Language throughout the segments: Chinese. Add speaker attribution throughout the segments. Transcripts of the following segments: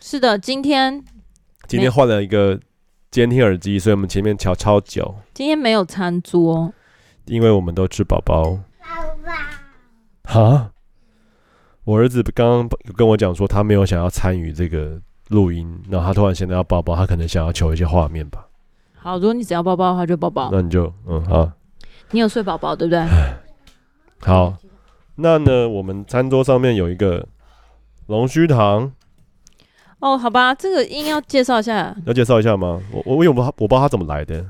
Speaker 1: 是的，今天
Speaker 2: 今天换了一个监听耳机，所以我们前面调超久，
Speaker 1: 今天没有餐桌，
Speaker 2: 因为我们都吃饱饱。哈，我儿子刚刚有跟我讲说，他没有想要参与这个录音，然后他突然现在要抱抱，他可能想要求一些画面吧。
Speaker 1: 好，如果你只要抱抱的话，就抱抱。
Speaker 2: 那你就嗯好
Speaker 1: 你有睡宝宝对不对？
Speaker 2: 好，那呢，我们餐桌上面有一个龙须糖，
Speaker 1: 哦，好吧，这个硬要介绍一下，
Speaker 2: 要介绍一下吗？我我我也不知道我不知道它怎么来的。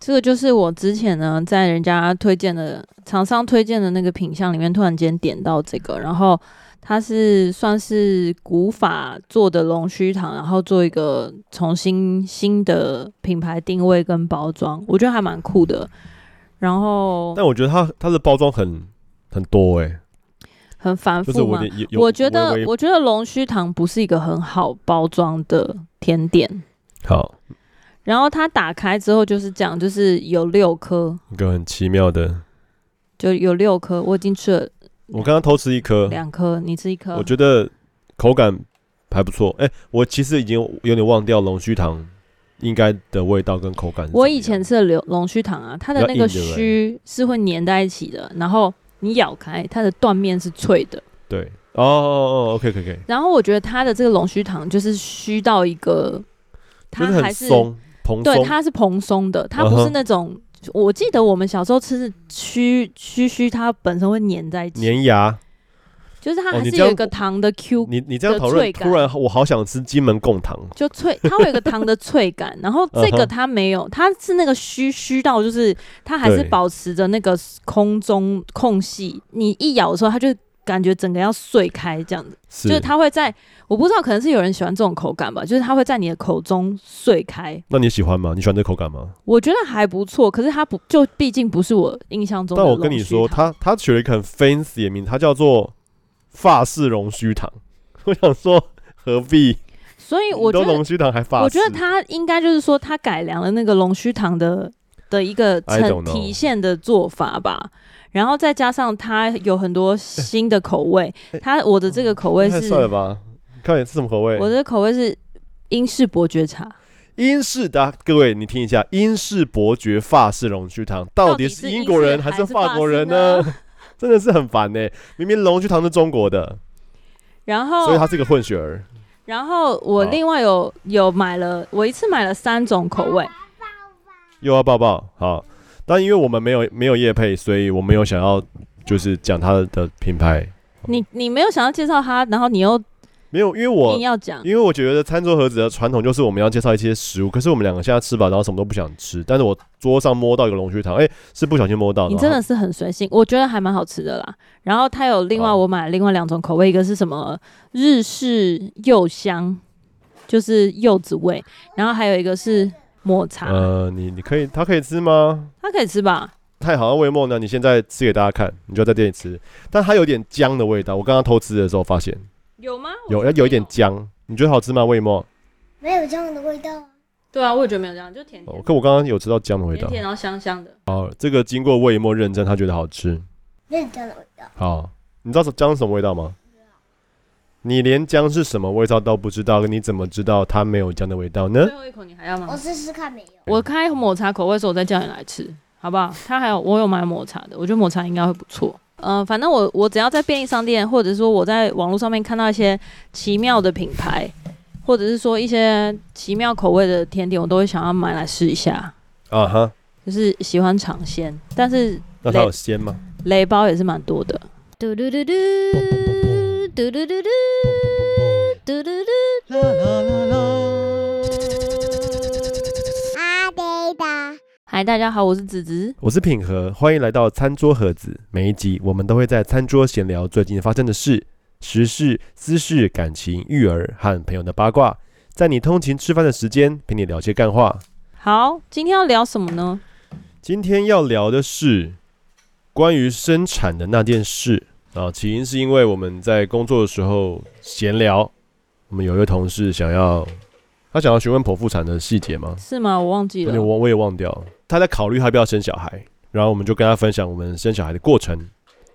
Speaker 1: 这个就是我之前呢在人家推荐的厂商推荐的那个品相里面，突然间点到这个，然后它是算是古法做的龙须糖，然后做一个重新新的品牌定位跟包装，我觉得还蛮酷的。然后
Speaker 2: 但我觉得它它的包装很很多哎、
Speaker 1: 很繁
Speaker 2: 就是
Speaker 1: 复
Speaker 2: 我
Speaker 1: 嘛
Speaker 2: 有，点有有
Speaker 1: 我觉得
Speaker 2: 微微，
Speaker 1: 我觉得龙须糖不是一个很好包装的甜点。
Speaker 2: 好
Speaker 1: 然后它打开之后就是这样，就是有六颗，
Speaker 2: 一个很奇妙的。
Speaker 1: 就有六颗。我已经吃了
Speaker 2: 我刚刚偷吃一颗，
Speaker 1: 两颗，你吃一颗
Speaker 2: 嗯我。觉得口感还不错。哎、我其实已经有点忘掉龙须糖应该的味道跟口感是怎么样。
Speaker 1: 我以前吃的龙龙须糖啊，它的那
Speaker 2: 比
Speaker 1: 个
Speaker 2: 较硬对不对
Speaker 1: 须是会粘在一起的，然后你咬开，它的断面是脆的。
Speaker 2: 对哦哦哦，OK OK OK，
Speaker 1: 然后我觉得它的这个龙须糖就是虚到一个，
Speaker 2: 就
Speaker 1: 它
Speaker 2: 是
Speaker 1: 还
Speaker 2: 很
Speaker 1: 是
Speaker 2: 松蓬
Speaker 1: 对，
Speaker 2: 松，
Speaker 1: 它是蓬松的，它不
Speaker 2: 嗯
Speaker 1: 是
Speaker 2: 哼
Speaker 1: 那种。我记得我们小时候吃的须须须，它本身会粘在一起，
Speaker 2: 粘牙。
Speaker 1: 就是它
Speaker 2: 哦
Speaker 1: 还
Speaker 2: 你
Speaker 1: 是
Speaker 2: 这
Speaker 1: 有
Speaker 2: 样
Speaker 1: 一个糖的 Q，、
Speaker 2: 你你这样
Speaker 1: 的
Speaker 2: 讨论，
Speaker 1: 脆感
Speaker 2: 突然我好想吃金门贡糖。
Speaker 1: 就脆，它会有一个糖的脆感。然后这
Speaker 2: 嗯
Speaker 1: 个
Speaker 2: 哼
Speaker 1: 它没有，它是那个虚虚到，就是它还是
Speaker 2: 对
Speaker 1: 保持着那个空中空隙，你一咬的时候，它就感觉整个要碎开这样子，
Speaker 2: 是，
Speaker 1: 就是它会在，我不知道可能是有人喜欢这种口感吧，就是它会在你的口中碎开。
Speaker 2: 那你喜欢吗？你喜欢这口感吗？
Speaker 1: 我觉得还不错，可是它不就毕竟不是我印象中的
Speaker 2: 但
Speaker 1: 龙须
Speaker 2: 我
Speaker 1: 糖。
Speaker 2: 跟你说，它它取了一个很 fancy 的名字，它叫做法式龙须糖。 我想说，何必？
Speaker 1: 所以哎我
Speaker 2: 你
Speaker 1: 觉
Speaker 2: 都
Speaker 1: 得
Speaker 2: 龙须糖还法式？
Speaker 1: 我觉得它应该就是说，它改良了那个龙须糖的的一个
Speaker 2: I
Speaker 1: 呈
Speaker 2: don't know
Speaker 1: 体现的做法吧。然后再加上它有很多新的口 味，它我的这个口味
Speaker 2: 太
Speaker 1: 是，
Speaker 2: 帅嗯了吧？看你是什么口味？
Speaker 1: 我的口味是英式伯爵茶，
Speaker 2: 英式的啊、各位你听一下，英式伯爵法式龙须糖到底是英国
Speaker 1: 到
Speaker 2: 人
Speaker 1: 底
Speaker 2: 还
Speaker 1: 是英式
Speaker 2: 是
Speaker 1: 还是
Speaker 2: 法国人
Speaker 1: 法
Speaker 2: 呢？ 真的是很烦呢、明明龙须糖是中国的，
Speaker 1: 然
Speaker 2: 所以
Speaker 1: 后
Speaker 2: 啊它是个混血儿。
Speaker 1: 然后我
Speaker 2: 好
Speaker 1: 另外有有买了，我一次买了三种口味，
Speaker 2: 又要抱抱，啊好，但因为我们没有没有业配，所以我没有想要就是讲它的品牌，
Speaker 1: 你你没有想要介绍它，然后你又
Speaker 2: 没有，因为
Speaker 1: 硬
Speaker 2: 我
Speaker 1: 要讲，
Speaker 2: 因为我觉得餐桌盒子的传统就是我们要介绍一些食物，可是我们两个现在吃饱，然后什么都不想吃，但是我桌上摸到一个龙须糖，哎、是不小心摸到，
Speaker 1: 你
Speaker 2: 然后
Speaker 1: 真的是很随性，我觉得还蛮好吃的啦。然后它有另外
Speaker 2: 好
Speaker 1: 我买了另外两种口味，一个是什么日式柚香，就是柚子味，然后还有一个是抹茶，
Speaker 2: 呃，你你可以，它可以吃吗？
Speaker 1: 它可以吃吧？
Speaker 2: 太好像味梦呢，你现在吃给大家看，你就在店里吃，但它有点姜的味道。我刚刚偷吃的时候发现
Speaker 1: 有吗？
Speaker 2: 有要有一点姜，你觉得好吃吗？味梦？
Speaker 3: 没有姜的味道啊。
Speaker 1: 对啊，我也觉得没有这样，就甜
Speaker 2: 哦
Speaker 1: 甜，
Speaker 2: 可我刚刚有吃到姜的味
Speaker 1: 甜
Speaker 2: 道。
Speaker 1: 甜，然后香香的。
Speaker 2: 好，这个经过味梦认证，他觉得好吃。
Speaker 3: 没有姜的味道，
Speaker 2: 好，你知道姜是什么味道吗？你连姜是什么味道都不知道，你怎么知道它没有姜的味道呢
Speaker 1: 最？后一口你还要
Speaker 3: 我
Speaker 1: 吗？
Speaker 3: 试试看没有。
Speaker 1: 我开抹茶口味的时候，我再叫你来吃，好不好？它还有我有买抹茶的，我觉得抹茶应该会不错。呃，反正我我只要在便利商店，或者说我在网络上面看到一些奇妙的品牌，或者是说一些奇妙口味的甜点，我都会想要买来试一下。
Speaker 2: 啊哈，
Speaker 1: 就是喜欢尝鲜，但是
Speaker 2: 那它有鲜吗？
Speaker 1: 雷包也是蛮多的。
Speaker 4: 嘟嘟嘟嘟，嘟嘟嘟嘟，嘟嘟嘟。
Speaker 3: 阿呆的，
Speaker 1: 嗨，大家好，我是子子。
Speaker 2: 我是品和，欢迎来到餐桌盒子。每一集我们都会在餐桌闲聊最近发生的事、时事、私事、感情、育儿和朋友的八卦，在你通勤吃饭的时间陪你聊些干话。
Speaker 1: 好，今天要聊什么呢？
Speaker 2: 今天要聊的是关于生产的那件事啊，起因是因为我们在工作的时候闲聊，我们有一位同事想要他想要询问剖腹产的细节吗？
Speaker 1: 是吗？我忘记
Speaker 2: 有点
Speaker 1: 了。
Speaker 2: 忘，我也忘掉了。他在考虑他要不要生小孩，然后我们就跟他分享我们生小孩的过程，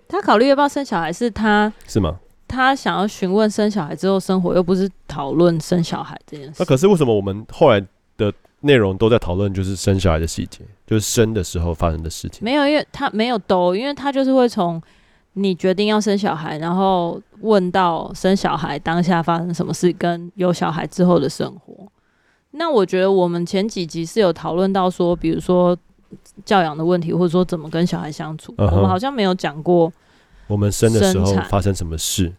Speaker 1: 他考虑要不要生小孩，是他
Speaker 2: 是吗？
Speaker 1: 他想要询问生小孩之后生活，又不是讨论生小孩这件
Speaker 2: 那
Speaker 1: 事。
Speaker 2: 可是为什么我们后来的内容都在讨论就是生小孩的细节，就是生的时候发生的事情？
Speaker 1: 没有，因为他没有兜，因为他就是会从你决定要生小孩，然后问到生小孩当下发生什么事，跟有小孩之后的生活。那我觉得我们前几集是有讨论到说，比如说教养的问题，或者说怎么跟小孩相处。
Speaker 2: 嗯哼
Speaker 1: 我们好像没有讲过，
Speaker 2: 我们生的时候
Speaker 1: 生产
Speaker 2: 发生什么事？对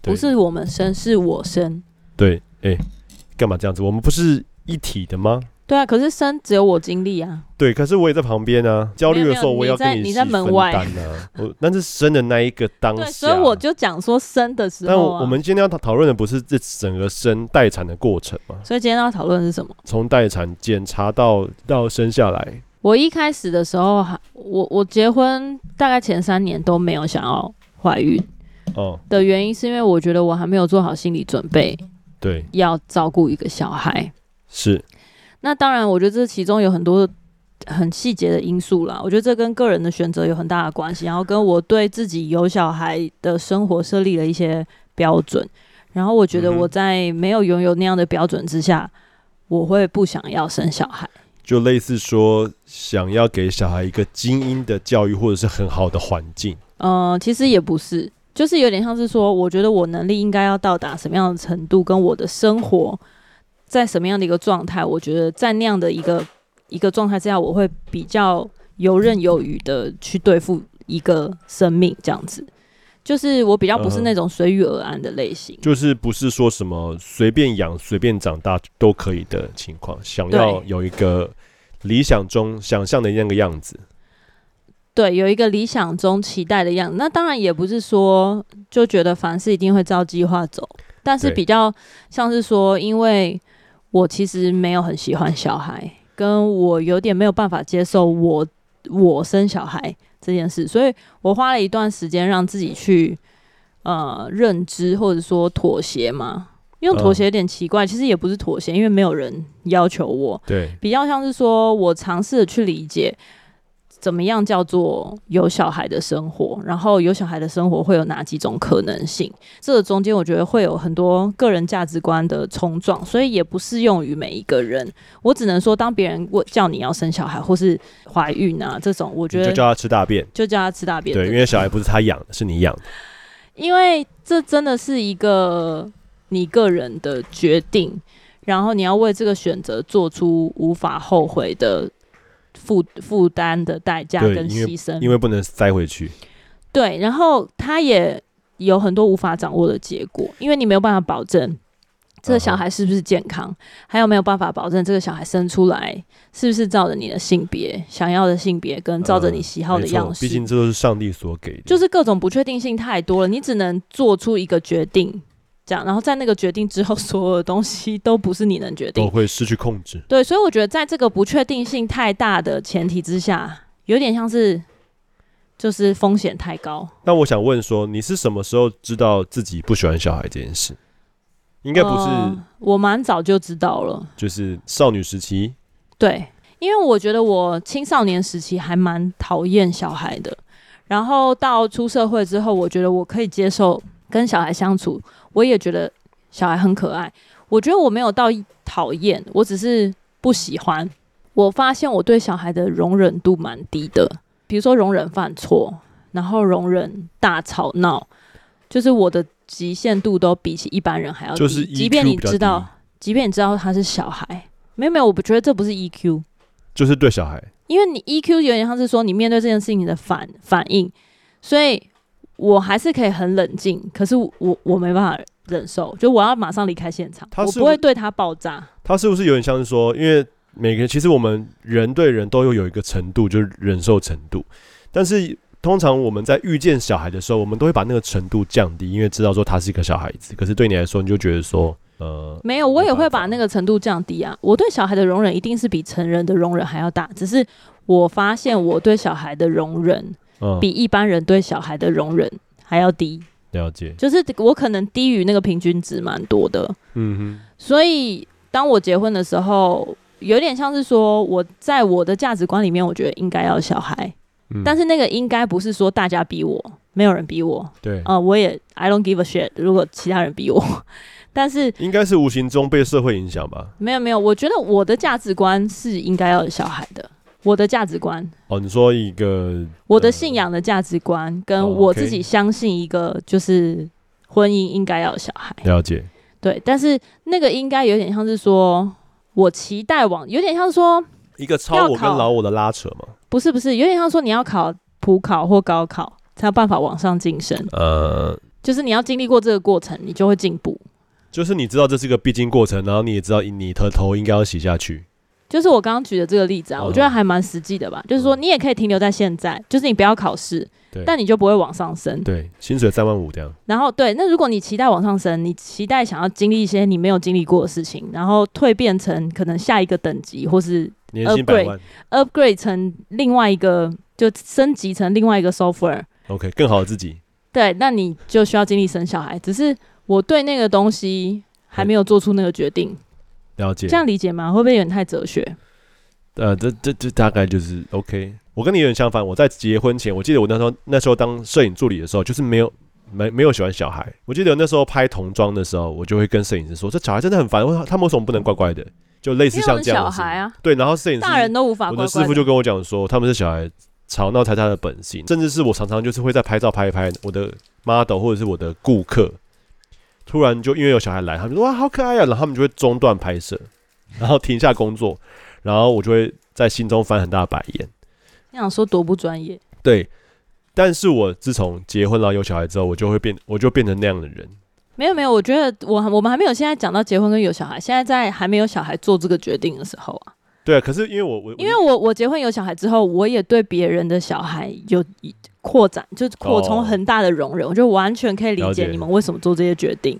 Speaker 1: 不是我们生，是我生。
Speaker 2: 对，哎、干嘛这样子？我们不是一体的吗？
Speaker 1: 对啊，可是生只有我经历啊。
Speaker 2: 对，可是我也在旁边啊，焦虑的时候我也要
Speaker 1: 没有没有你
Speaker 2: 跟
Speaker 1: 在
Speaker 2: 一
Speaker 1: 你
Speaker 2: 起
Speaker 1: 在
Speaker 2: 分
Speaker 1: 门外
Speaker 2: 担啊。我那是生的那一个当下，啊
Speaker 1: 对，所以我就讲说生的时
Speaker 2: 但
Speaker 1: 候、啊，
Speaker 2: 我我们今天要讨讨论的不是这整个生待产的过程嘛？
Speaker 1: 所以今天要讨论的是什么？
Speaker 2: 从待产检查到到生下来，
Speaker 1: 我一开始的时候还，我我结婚大概前三年都没有想要怀孕
Speaker 2: 哦，
Speaker 1: 的原因，是因为我觉得我还没有做好心理准备，
Speaker 2: 对，
Speaker 1: 要照顾一个小孩。
Speaker 2: 是，
Speaker 1: 那当然，我觉得这其中有很多很细节的因素啦。我觉得这跟个人的选择有很大的关系，然后跟我对自己有小孩的生活设立了一些标准。然后我觉得
Speaker 2: 嗯哼
Speaker 1: 我在没有拥有那样的标准之下，我会不想要生小孩。
Speaker 2: 就类似说想要给小孩一个精英的教育，或者是很好的环境。
Speaker 1: 嗯，其实也不是，就是有点像是说，我觉得我能力应该要到达什么样的程度，跟我的生活在什么样的一个状态，我觉得在那样的一个一个状态之下，我会比较游刃有余的去对付一个生命这样子。就是我比较不是那种随遇而安的类型，
Speaker 2: 就是不是说什么随便养、随便长大都可以的情况，想要
Speaker 1: 对
Speaker 2: 有一个理想中想象的那个样子。
Speaker 1: 对，有一个理想中期待的样子。那当然也不是说就觉得凡事一定会照计划走，但是
Speaker 2: 对
Speaker 1: 比较像是说，因为我其实没有很喜欢小孩，跟我有点没有办法接受我我生小孩这件事，所以我花了一段时间让自己去呃认知或者说妥协嘛。用妥协有点奇怪，其实也不是妥协，因为没有人要求我，
Speaker 2: 对，
Speaker 1: 比较像是说我尝试的去理解怎么样叫做有小孩的生活，然后有小孩的生活会有哪几种可能性？这个中间我觉得会有很多个人价值观的冲撞，所以也不适用于每一个人。我只能说，当别人问叫你要生小孩或是怀孕啊这种，我觉
Speaker 2: 你就
Speaker 1: 得
Speaker 2: 叫他吃大便。
Speaker 1: 就叫他吃大便。
Speaker 2: 对，因为小孩不是他养的，是你养的。
Speaker 1: 因为这真的是一个你个人的决定，然后你要为这个选择做出无法后悔的负负担的代价
Speaker 2: 对
Speaker 1: 跟
Speaker 2: 因
Speaker 1: 牺牲。
Speaker 2: 因为不能塞回去。
Speaker 1: 对，然后他也有很多无法掌握的结果，因为你没有办法保证这个小孩是不是健康，还有没有办法保证这个小孩生出来是不是照着你的性别想要的性别，跟照着你喜好的
Speaker 2: 没错
Speaker 1: 样式。
Speaker 2: 毕竟这都是上帝所给的。
Speaker 1: 就是各种不确定性太多了，你只能做出一个决定，这样，然后在那个决定之后， 所有的东西都不是你能决
Speaker 2: 都
Speaker 1: 定。
Speaker 2: 会失去控制。
Speaker 1: 对，所以我觉得在这个不确定性太大的前提之下，有点像是就是风险太高。
Speaker 2: 那我想问说，你是什么时候知道自己不喜欢小孩这件事？
Speaker 1: 应
Speaker 2: 应该不是，
Speaker 1: 呃我蛮早就知道了，
Speaker 2: 就是少女时期。
Speaker 1: 对，因为我觉得我青少年时期还蛮讨厌小孩的，然后到出社会之后，我觉得我可以接受跟小孩相处，我也觉得小孩很可爱。我觉得我没有到讨厌，我只是不喜欢。我发现我对小孩的容忍度蛮低的，比如说容忍犯错，然后容忍大吵闹，就是我的极限度都比起一般人还要低。
Speaker 2: 就是
Speaker 1: 呃即便
Speaker 2: EQ
Speaker 1: 你
Speaker 2: 比较
Speaker 1: 知道
Speaker 2: 低，
Speaker 1: 即便你知道他是小孩，没有没有，我不觉得这不是 EQ，
Speaker 2: 就是对小孩，
Speaker 1: 因为你 EQ 有点像是说你面对这件事情的反反应，所以我还是可以很冷静，可是我我我没办法忍受，就我要马上离开现场，
Speaker 2: 他
Speaker 1: 我
Speaker 2: 是
Speaker 1: 不会对他爆炸。
Speaker 2: 他是不是有点像是说，因为每个人其实我们人对人都有有一个程度，就是忍受程度，但是。通常我们在遇见小孩的时候，我们都会把那个程度降低，因为知道说他是一个小孩子。可是对你来说，你就觉得说，呃，
Speaker 1: 没有，我也
Speaker 2: 没办
Speaker 1: 会
Speaker 2: 法
Speaker 1: 把那个程度降低啊。我对小孩的容忍一定是比成人的容忍还要大，只是我发现我对小孩的容忍
Speaker 2: 嗯，
Speaker 1: 比一般人对小孩的容忍还要低，
Speaker 2: 了解，
Speaker 1: 就是我可能低于那个平均值蛮多的。
Speaker 2: 嗯
Speaker 1: 所以当我结婚的时候，有点像是说我在我的价值观里面，我觉得应该要小孩，
Speaker 2: 嗯
Speaker 1: 但是那个应该不是说大家逼我，没有人逼我，
Speaker 2: 对，
Speaker 1: 呃，我也 I don't give a shit，如果其他人逼我， 但是
Speaker 2: 应该是无形中被社会影响吧？
Speaker 1: 没有没有，我觉得我的价值观是应该要有小孩的，我的价值观，
Speaker 2: 哦，你说一个
Speaker 1: 我的信仰的价值观，
Speaker 2: 哦
Speaker 1: 跟
Speaker 2: ，OK
Speaker 1: 我自己相信一个就是婚姻应该要有小孩，
Speaker 2: 了解，
Speaker 1: 对，但是那个应该有点像是说，我期待往，有点像说，
Speaker 2: 一个超
Speaker 1: 要
Speaker 2: 我跟
Speaker 1: 考
Speaker 2: 老我的拉扯嘛？
Speaker 1: 不是不是，有点像说你要考普考或高考才有办法往上晋升，
Speaker 2: 呃，
Speaker 1: 就是你要经历过这个过程，你就会进步。
Speaker 2: 就是你知道这是一个必经过程，然后你也知道你的头应该要洗下去。
Speaker 1: 就是我刚刚举的这个例子啊，
Speaker 2: 嗯
Speaker 1: 我觉得还蛮实际的吧。就是说，你也可以停留在现在，就是你不要考试
Speaker 2: 哦对，
Speaker 1: 但你就不会往上升。
Speaker 2: 对，薪水三万五这样。
Speaker 1: 然后对，那如果你期待往上升，你期待想要经历一些你没有经历过的事情，然后蜕变成可能下一个等级，或是
Speaker 2: 年薪百万
Speaker 1: upgrade 成另外一个，就升级成另外一个 software。
Speaker 2: ，OK，更好的自己，
Speaker 1: 对，那你就需要经历生小孩。只是我对那个东西还没有做出那个决定，
Speaker 2: 了解。
Speaker 1: 这样理解吗？会不会有点太哲学？
Speaker 2: 呃，这这这大概就是 OK。我跟你有点相反，我在结婚前，我记得我那时候那时候当摄影助理的时候，就是没有没没有喜欢小孩。我记得我那时候拍童装的时候，我就会跟摄影师说，这小孩真的很烦，他们为什么不能乖乖的？就类似
Speaker 1: 因为我
Speaker 2: 像
Speaker 1: 们
Speaker 2: 这样
Speaker 1: 小
Speaker 2: 的事
Speaker 1: 孩啊，
Speaker 2: 对，然后摄影师
Speaker 1: 大人都无法
Speaker 2: 我
Speaker 1: 乖
Speaker 2: 的
Speaker 1: 乖
Speaker 2: 师傅
Speaker 1: 的。
Speaker 2: 就跟我讲说，他们是小孩吵闹才是他的本性，甚至是我常常就是会在拍照拍一拍，我的 model 或者是我的顾客，突然就因为有小孩来，他们就说哇好可爱啊，然后他们就会中断拍摄，然后停下工作，然后我就会在心中翻很大的白眼。
Speaker 1: 你想说多不专业？
Speaker 2: 对，但是我自从结婚然后有小孩之后，我就会变，我就变成那样的人。
Speaker 1: 没有没有，我觉得我我们还没有现在讲到结婚跟有小孩，现在在还没有小孩做这个决定的时候啊，
Speaker 2: 对啊，可是因为我我
Speaker 1: 因为我我结婚有小孩之后，我也对别人的小孩有扩展，就是扩充
Speaker 2: 哦
Speaker 1: 很大的容忍，我就完全可以理
Speaker 2: 了
Speaker 1: 解
Speaker 2: 解
Speaker 1: 你们为什么做这些决定。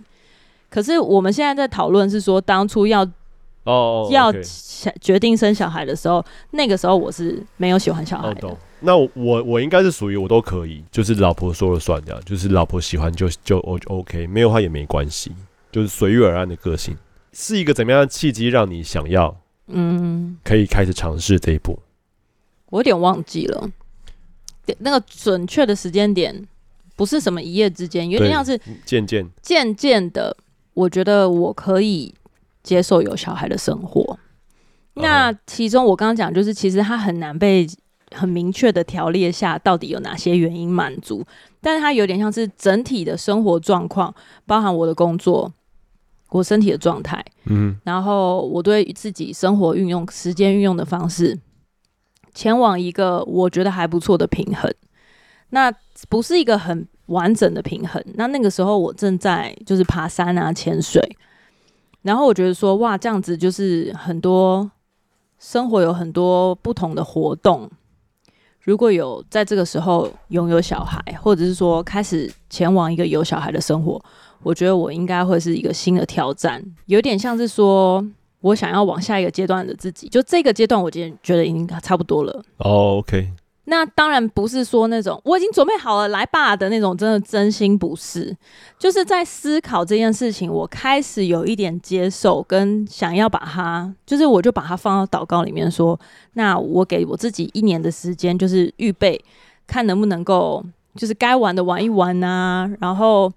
Speaker 1: 可是我们现在在讨论是说，当初要
Speaker 2: 哦哦
Speaker 1: 要
Speaker 2: OK
Speaker 1: 想决定生小孩的时候，那个时候我是没有喜欢小孩
Speaker 2: 哦，
Speaker 1: 的
Speaker 2: 懂。。那我我我应该是属于我都可以，就是老婆说了算这样，就是老婆喜欢就就 O OK，没有话也没关系，就是随遇而安的个性。是一个怎么样的契机让你想要
Speaker 1: 嗯，
Speaker 2: 可以开始尝试这一步？
Speaker 1: 我有点忘记了，那个准确的时间点不是什么一夜之间，有点
Speaker 2: 对
Speaker 1: 像是
Speaker 2: 嗯渐渐
Speaker 1: 渐渐的，我觉得我可以接受有小孩的生活。
Speaker 2: 啊
Speaker 1: 那其中我刚刚讲，就是其实它很难被很明确的条列下到底有哪些原因满足，但是它有点像是整体的生活状况，包含我的工作、我身体的状态，
Speaker 2: 嗯，
Speaker 1: 然后我对自己生活运用、时间运用的方式，前往一个我觉得还不错的平衡。那不是一个很完整的平衡。那那个时候我正在就是爬山啊、潜水，然后我觉得说哇，这样子就是很多生活有很多不同的活动。如果有在这个时候拥有小孩，或者是说开始前往一个有小孩的生活，我觉得我应该会是一个新的挑战，有点像是说我想要往下一个阶段的自己，就这个阶段我今天觉得已经差不多了。
Speaker 2: 哦 OK，
Speaker 1: 那当然不是说那种我已经准备好了来吧的那种，真的真心不是，就是在思考这件事情，我开始有一点接受跟想要把它，就是我就把它放到祷告里面说，那我给我自己一年的时间，就是预备，看能不能够就是该玩的玩一玩啊，然后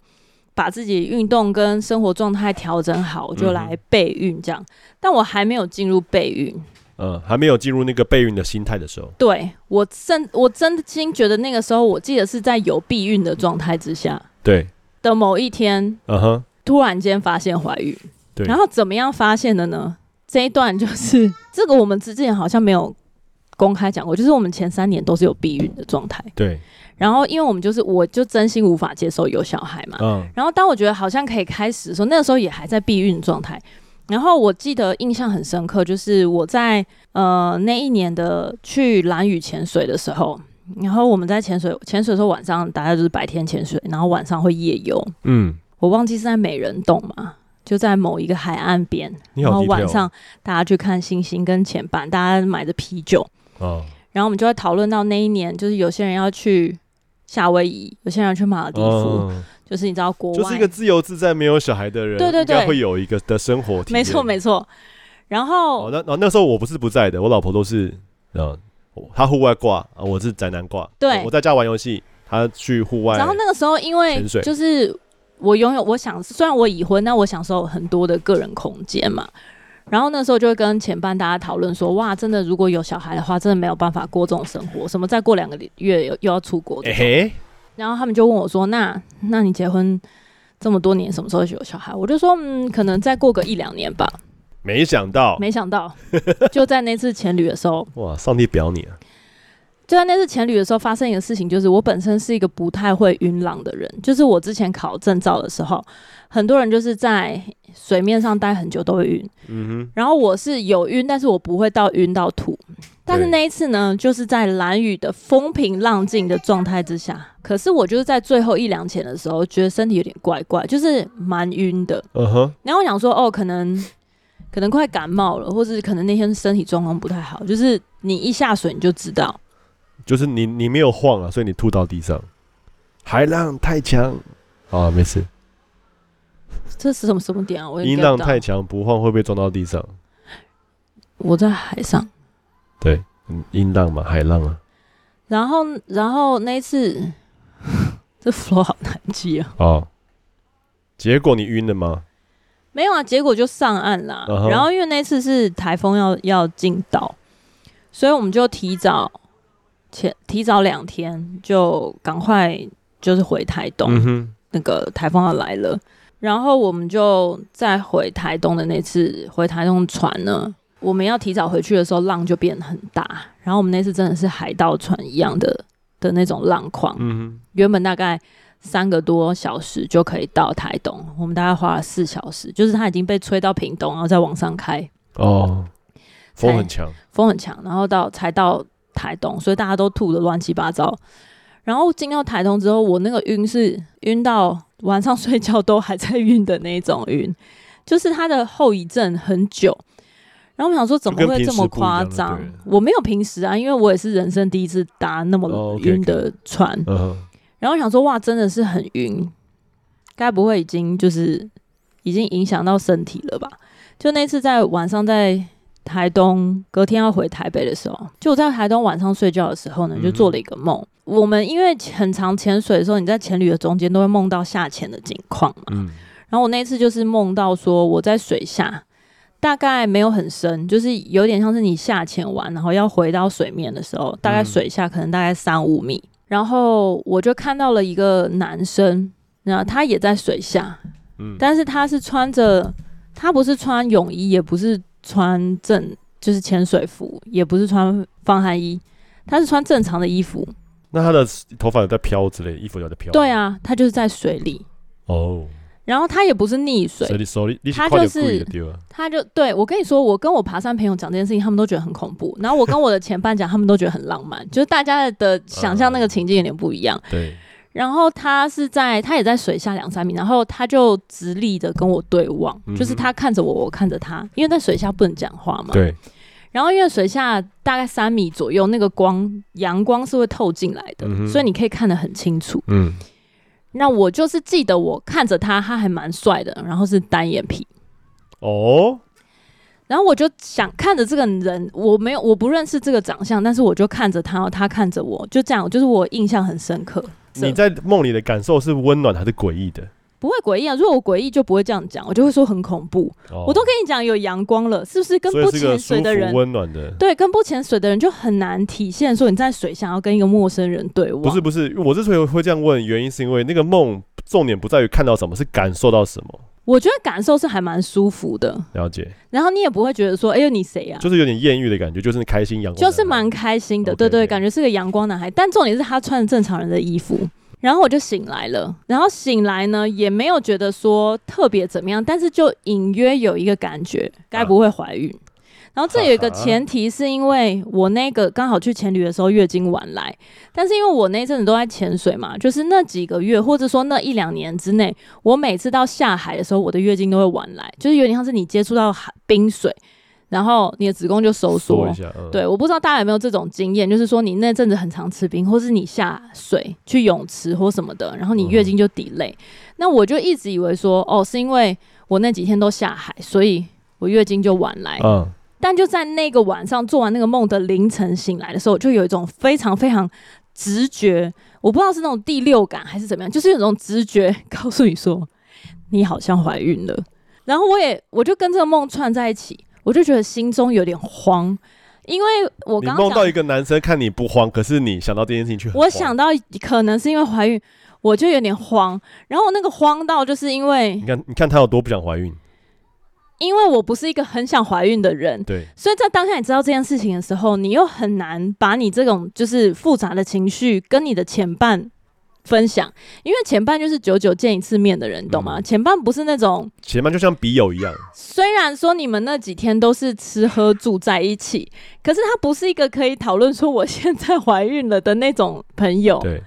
Speaker 1: 把自己运动跟生活状态调整好，我就来备孕这样，但我还没有进入备孕，
Speaker 2: 嗯，还没有进入那个备孕的心态的时候，
Speaker 1: 对我真我真心觉得那个时候，我记得是在有避孕的状态之下
Speaker 2: 对，
Speaker 1: 的某一天，
Speaker 2: 嗯哼，
Speaker 1: 突然间发现怀孕。
Speaker 2: 对
Speaker 1: 然后怎么样发现的呢？ 这一段就是 这个我们之前好像没有公开讲过，就是我们前三年都是有避孕的状态。
Speaker 2: 对，
Speaker 1: 然后因为我们就是我就真心无法接受有小孩嘛，
Speaker 2: 嗯，
Speaker 1: 然后当我觉得好像可以开始的时候，那个时候也还在避孕状态。然后我记得印象很深刻，就是我在呃那一年的去蓝屿潜水的时候，然后我们在潜水潜水的时候，晚上大家就是白天潜水，然后晚上会夜游。
Speaker 2: 嗯，
Speaker 1: 我忘记是在美人洞嘛，就在某一个海岸边，
Speaker 2: 你
Speaker 1: 然
Speaker 2: 好
Speaker 1: 后
Speaker 2: detail 哦
Speaker 1: 晚上大家去看星星跟潜板，大家买着啤酒，
Speaker 2: 哦，
Speaker 1: 然后我们就会讨论到那一年，就是有些人要去夏威夷，有些人要去马尔地夫，
Speaker 2: 嗯，
Speaker 1: 就是你知道国外
Speaker 2: 就是一个自由自在、没有小孩的人，
Speaker 1: 对对对
Speaker 2: 应该会有一个的生活体验。
Speaker 1: 没错没错。然后、
Speaker 2: 哦哦，那那那时候我不是不在的，我老婆都是呃我他户外挂，啊我是宅男挂。
Speaker 1: 对
Speaker 2: 我我在家玩游戏，他去户外。
Speaker 1: 然后那个时候，因为
Speaker 2: 哎潜水
Speaker 1: 就是我拥有，我想虽然我已婚，但我享受很多的个人空间嘛。然后那时候就会跟前班大家讨论说，哇，真的如果有小孩的话，真的没有办法过这种生活，什么再过两个月又又要出国
Speaker 2: 哎
Speaker 1: 的。
Speaker 2: 嘿，
Speaker 1: 然后他们就问我说，那那你结婚这么多年，什么时候有小孩？我就说，嗯，可能再过个一两年吧。
Speaker 2: 没想到，
Speaker 1: 没想到就在那次前旅的时候，
Speaker 2: 哇，上帝表你啊！
Speaker 1: 就在那次前旅的时候发生一个事情，就是我本身是一个不太会晕浪的人，就是我之前考证照的时候，很多人就是在水面上待很久都会晕，
Speaker 2: 嗯
Speaker 1: 然后我是有晕，但是我不会到晕到吐。但是
Speaker 2: 对
Speaker 1: 那一次呢，就是在蓝雨的风平浪静的状态之下，可是我就是在最后一两潜的时候，觉得身体有点怪怪，就是蛮晕的。
Speaker 2: 哼，嗯哼，
Speaker 1: 然后我想说，哦，可能可能快感冒了，或是可能那天身体状况不太好，就是你一下水你就知道。
Speaker 2: 就是你你没有晃啊，所以你吐到地上。海浪太强啊，没事。
Speaker 1: 这是什么什么点啊？我也
Speaker 2: 音
Speaker 1: get
Speaker 2: 浪
Speaker 1: 不到
Speaker 2: 太强，不晃会被撞到地上。
Speaker 1: 我在海上，
Speaker 2: 对，嗯音浪嘛，海浪啊。
Speaker 1: 然后然后那一次， 这 flow 好难记啊。
Speaker 2: 哦，结果你晕了吗？
Speaker 1: 没有啊，结果就上岸啦。
Speaker 2: 嗯哼
Speaker 1: 然后因为那次是台风要要进岛，所以我们就提早前提早两天就赶快就是回台东，
Speaker 2: 嗯哼，
Speaker 1: 那个台风要来了，然后我们就再回台东的那次回台东船呢，我们要提早回去的时候浪就变很大，然后我们那次真的是海盗船一样的的那种浪况，
Speaker 2: 嗯
Speaker 1: 原本大概三个多小时就可以到台东，我们大概花了四小时，就是它已经被吹到屏东，然后再往上开，
Speaker 2: 哼，哦，风
Speaker 1: 才
Speaker 2: 很强。
Speaker 1: 风很强，然后到才到台东，所以大家都吐的乱七八糟。然后进到台东之后，我那个晕是晕到晚上睡觉都还在晕的那一种晕，就是它的后遗症很久。然后我想说，怎么
Speaker 2: 就跟
Speaker 1: 会
Speaker 2: 平
Speaker 1: 这
Speaker 2: 时
Speaker 1: 么
Speaker 2: 不一样
Speaker 1: 夸
Speaker 2: 就对
Speaker 1: 张
Speaker 2: 了？
Speaker 1: 我没有平时啊，因为我也是人生第一次搭那
Speaker 2: 哦
Speaker 1: 么
Speaker 2: ，OK，OK
Speaker 1: 晕的船。
Speaker 2: 嗯哼，
Speaker 1: 然后我想说，哇，真的是很晕，该不会已经就是已经影响到身体了吧？就那次在晚上在台东，隔天要回台北的时候，就我在台东晚上睡觉的时候呢，就做了一个梦。我们因为很常潜水的时候，你在潜旅的中间都会梦到下潜的景况嘛。
Speaker 2: 嗯，
Speaker 1: 然后我那次就是梦到说我在水下，大概没有很深，就是有点像是你下潜完，然后要回到水面的时候，大概
Speaker 2: 嗯
Speaker 1: 水下可能大概三五米，然后我就看到了一个男生，那他也在水下，
Speaker 2: 嗯
Speaker 1: 但是他是穿着，他不是穿泳衣，也不是穿正就是潜水服，也不是穿防寒衣，他是穿正常的衣服。
Speaker 2: 那他的头发有在飘之类，衣服有在飘。
Speaker 1: 对，啊，他就是在水里，
Speaker 2: 哦，
Speaker 1: 然后他也不是溺水
Speaker 2: 所，以你手里你
Speaker 1: 他
Speaker 2: 快点
Speaker 1: 就是
Speaker 2: 故意的丢啊。
Speaker 1: 他就对我跟你说，我跟我爬山朋友讲这件事情，他们都觉得很恐怖。然后我跟我的前伴讲，他们都觉得很浪漫，就是大家的想象那个情境有点不一样。
Speaker 2: 对，
Speaker 1: 然后他是在他也在水下两三米，然后他就直立的跟我对望，
Speaker 2: 嗯哼
Speaker 1: 就是他看着我，我看着他，因为在水下不能讲话嘛。
Speaker 2: 对，
Speaker 1: 然后因为水下大概三米左右，那个光阳光是会透进来的，
Speaker 2: 嗯哼
Speaker 1: 所以你可以看得很清楚。
Speaker 2: 嗯，
Speaker 1: 那我就是记得我看着他，他还蛮帅的，然后是单眼皮。
Speaker 2: 哦，
Speaker 1: 然后我就想看着这个人，我没有我不认识这个长相，但是我就看着他，他看着我，就这样，就是我印象很深刻。
Speaker 2: 你在梦里的感受是温暖还是诡异的？
Speaker 1: 不会诡异啊？如果我诡异就不会这样讲，我就会说很恐怖。
Speaker 2: 哦
Speaker 1: 我都跟你讲有阳光了，是不是？跟
Speaker 2: 所以
Speaker 1: 不
Speaker 2: 是个
Speaker 1: 潜
Speaker 2: 舒
Speaker 1: 水的人
Speaker 2: 服，温暖的。
Speaker 1: 对，跟不潜水的人就很难体现说你在水下要跟一个陌生人对望。
Speaker 2: 不是不是，我之所以会这样问，原因是因为那个梦重点不在于看到什么，是感受到什么。
Speaker 1: 我觉得感受是还蛮舒服的，
Speaker 2: 了解，
Speaker 1: 然后你也不会觉得说，哎呦你谁呀、
Speaker 2: 就是有点艳遇的感觉，就是开心阳光男
Speaker 1: 就
Speaker 2: 孩，
Speaker 1: 是蛮开心的，
Speaker 2: OK，
Speaker 1: 对对，
Speaker 2: OK
Speaker 1: 感觉是个阳光男孩。但重点是他穿着正常人的衣服，然后我就醒来了，然后醒来呢也没有觉得说特别怎么样，但是就隐约有一个感觉，
Speaker 2: 啊
Speaker 1: 该不会怀孕？然后这有一个前提，是因为我那个刚好去潜旅的时候月经晚来，但是因为我那阵子都在潜水嘛，就是那几个月或者说那一两年之内，我每次到下海的时候，我的月经都会晚来，就是有点像是你接触到海冰水，然后你的子宫就收缩
Speaker 2: 说一，下，嗯，
Speaker 1: 对，我不知道大家有没有这种经验，就是说你那阵子很常吃冰，或是你下水去泳池或什么的，然后你月经就 delay、那我就一直以为说，哦，是因为我那几天都下海，所以我月经就晚来。
Speaker 2: 嗯，
Speaker 1: 但就在那个晚上做完那个梦的凌晨醒来的时候，我就有一种非常非常直觉，我不知道是那种第六感还是怎么样，就是有一种直觉告诉你说你好像怀孕了。然后我也我就跟这个梦串在一起，我就觉得心中有点慌，因为我
Speaker 2: 你
Speaker 1: 刚
Speaker 2: 梦
Speaker 1: 刚
Speaker 2: 到
Speaker 1: 讲
Speaker 2: 一个男生看你不慌，可是你想到这件事情却很
Speaker 1: 我
Speaker 2: 慌
Speaker 1: 想到可能是因为怀孕，我就有点慌。然后我那个慌到就是因为
Speaker 2: 你看，你看他有多不想怀孕，
Speaker 1: 因为我不是一个很想怀孕的人，
Speaker 2: 对，
Speaker 1: 所以在当下你知道这件事情的时候，你又很难把你这种就是复杂的情绪跟你的前半分享，因为前半就是久久见一次面的人，你懂吗？
Speaker 2: 嗯
Speaker 1: 前半不是那种
Speaker 2: 前面就像笔友一样，
Speaker 1: 虽然说你们那几天都是吃喝住在一起，可是他不是一个可以讨论说我现在怀孕了的那种朋友。
Speaker 2: 对，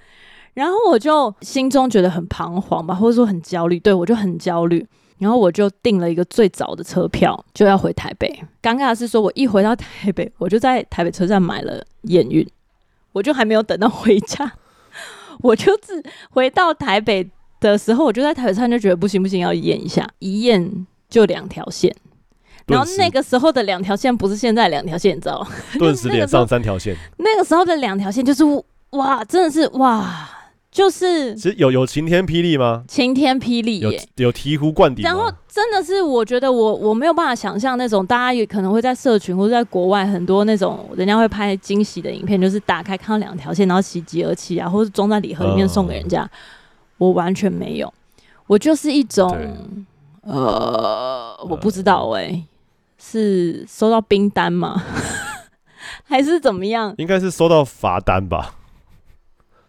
Speaker 1: 然后我就心中觉得很彷徨吧，或者说很焦虑，对我就很焦虑。然后我就订了一个最早的车票，就要回台北。尴尬的是，说我一回到台北，我就在台北车站买了验孕，我就还没有等到回家，我就自回到台北的时候，我就在台北车站就觉得不行不行，要验一下，一验就两条线。然后
Speaker 2: 顿时
Speaker 1: 那个时候的两条线不是现在两条线，你知道吗？
Speaker 2: 顿时
Speaker 1: 那个
Speaker 2: 脸
Speaker 1: 时候
Speaker 2: 上三条线。
Speaker 1: 那个时候的两条线就是哇，真的是哇，就是
Speaker 2: 其实有有晴天霹雳吗？
Speaker 1: 晴天霹雳
Speaker 2: 有
Speaker 1: 耶。
Speaker 2: 有醍醐灌顶吗？
Speaker 1: 然后真的是，我觉得我我没有办法想象那种大家也可能会在社群或者在国外很多那种人家会拍惊喜的影片，就是打开看到两条线，然后喜极而泣啊，或者装在礼盒里面送给人家。
Speaker 2: 嗯
Speaker 1: 我完全没有，我就是一种
Speaker 2: 对
Speaker 1: 呃，我不知道哎、是收到冰单吗？ 还是怎么样？
Speaker 2: 应该是收到罚单吧，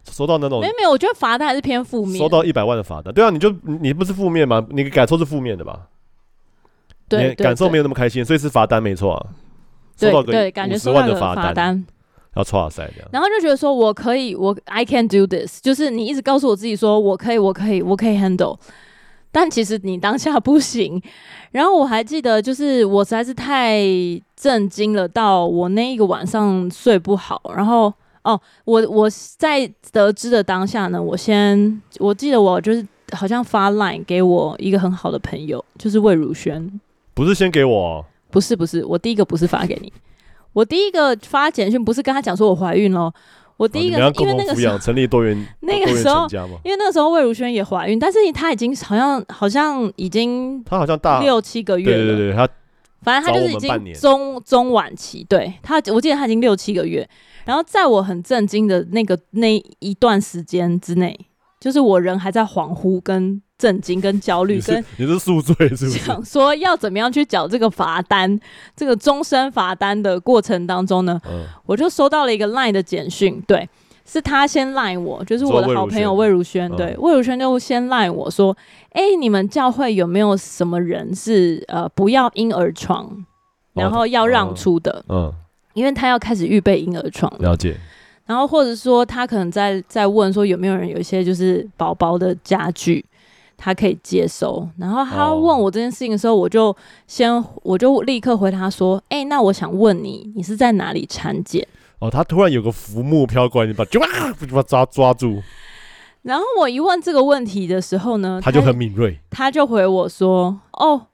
Speaker 2: 收到那种
Speaker 1: 没有没有，我觉得罚单还是偏负面
Speaker 2: 收。到一百万的罚单。对啊，你就你你不是负面吗？你的感受是负面的吧？你
Speaker 1: 对，
Speaker 2: 的感受
Speaker 1: 有
Speaker 2: 没有那么开心，所以是罚单没错啊。收到
Speaker 1: 对
Speaker 2: 个
Speaker 1: 对，感觉
Speaker 2: 十
Speaker 1: 收到
Speaker 2: 万的
Speaker 1: 了
Speaker 2: 罚
Speaker 1: 罚
Speaker 2: 单，
Speaker 1: 单，
Speaker 2: 要错赛这样。
Speaker 1: 然后就觉得说我可以，我 I can do this，就是你一直告诉我自己说我可以，我可以，我可以 handle，但其实你当下不行。然后我还记得，就是我实在是太震惊了，到我那一个晚上睡不好。然后哦，我我在得知的当下呢，我先我记得我就是好像发 line 给我一个很好的朋友，就是魏如萱，
Speaker 2: 不是先给我哦，
Speaker 1: 不是不是，我第一个不是发给你，我第一个发简讯不是跟他讲说我怀孕咯，我第一个、
Speaker 2: 哦你们要
Speaker 1: 因
Speaker 2: 共
Speaker 1: 为
Speaker 2: 同
Speaker 1: 那个
Speaker 2: 抚
Speaker 1: 时候
Speaker 2: 养，，成立多元
Speaker 1: 那个
Speaker 2: 多元
Speaker 1: 时候
Speaker 2: 成家嘛。
Speaker 1: 因为那个时候魏如萱也怀孕，但是她已经好像好像已经
Speaker 2: 他好像大
Speaker 1: 六七个
Speaker 2: 对
Speaker 1: 月了，
Speaker 2: 对对对，他
Speaker 1: 反正她就是已
Speaker 2: 早我们半年
Speaker 1: 经中中晚期，对她我记得她已经六七个月。然后在我很震惊的那个那一段时间之内，就是我人还在恍惚跟震惊跟焦虑
Speaker 2: 你
Speaker 1: 跟
Speaker 2: 是你是宿醉是不是？
Speaker 1: 想说要怎么样去缴这个罚单，这个终身罚单的过程当中呢，
Speaker 2: 嗯，
Speaker 1: 我就收到了一个 LINE 的简讯，对，是他先 LINE 我，就是我的好朋友
Speaker 2: 说魏
Speaker 1: 魏
Speaker 2: 如
Speaker 1: 如
Speaker 2: 萱
Speaker 1: 萱，
Speaker 2: 嗯
Speaker 1: 对，魏如萱就先 LINE 我说，哎、你们教会有没有什么人是呃不要婴儿
Speaker 2: 哦
Speaker 1: 床，然后要让出的，
Speaker 2: 嗯，
Speaker 1: 因为他要开始预备婴儿床了，
Speaker 2: 了解。
Speaker 1: 然后或者说他可能在在问说有没有人有一些就是宝宝的家具。他可以接收，然后他
Speaker 2: 哦
Speaker 1: 问我这件事情的时候，我就先我就立刻回他说：“哎、那我想问你，你是在哪里产检？”
Speaker 2: 哦，他突然有个浮木飘过来，你把就啊，就把抓抓住，
Speaker 1: 然后我一问这个问题的时候呢，
Speaker 2: 他就很敏锐。
Speaker 1: 哦他就回我说：“哦，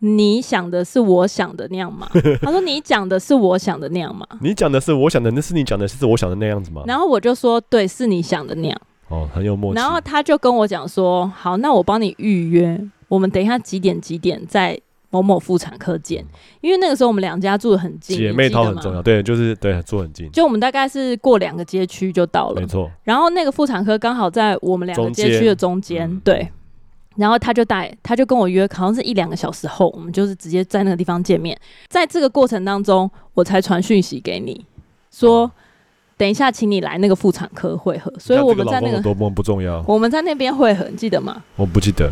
Speaker 1: 你想的是我想哎的那样吗？”他说：“你讲的是我想的那样吗
Speaker 2: 你讲的是我想的，那是你讲的是我想的那样子吗？”？
Speaker 1: 然后我就说：“对，是你想的那样。
Speaker 2: 哦，很有”默契。
Speaker 1: 然后他就跟我讲说：“好，那我帮你预约，我们等一下几点几点在某某妇产科见。”因为那个时候我们两家住的很近，
Speaker 2: 嗯姐妹
Speaker 1: 套
Speaker 2: 淘很重要，。对，就是对，坐很近，
Speaker 1: 就我们大概是过两个街区就到了
Speaker 2: 没，错。
Speaker 1: 然后那个妇产科刚好在我们两个
Speaker 2: 中间
Speaker 1: 街区的中间，
Speaker 2: 嗯
Speaker 1: 对。然后他就带，他就跟我约，好像是一两个小时后，我们就是直接在那个地方见面。在这个过程当中，我才传讯息给你，说、
Speaker 2: 哦
Speaker 1: 等一下，请你来那个妇产科会合。所以
Speaker 2: 你看
Speaker 1: 我
Speaker 2: 这
Speaker 1: 们
Speaker 2: 老
Speaker 1: 在
Speaker 2: 公
Speaker 1: 那
Speaker 2: 有
Speaker 1: 个
Speaker 2: 多么不重要，
Speaker 1: 我们在那边会合，你记得吗？
Speaker 2: 我不记得。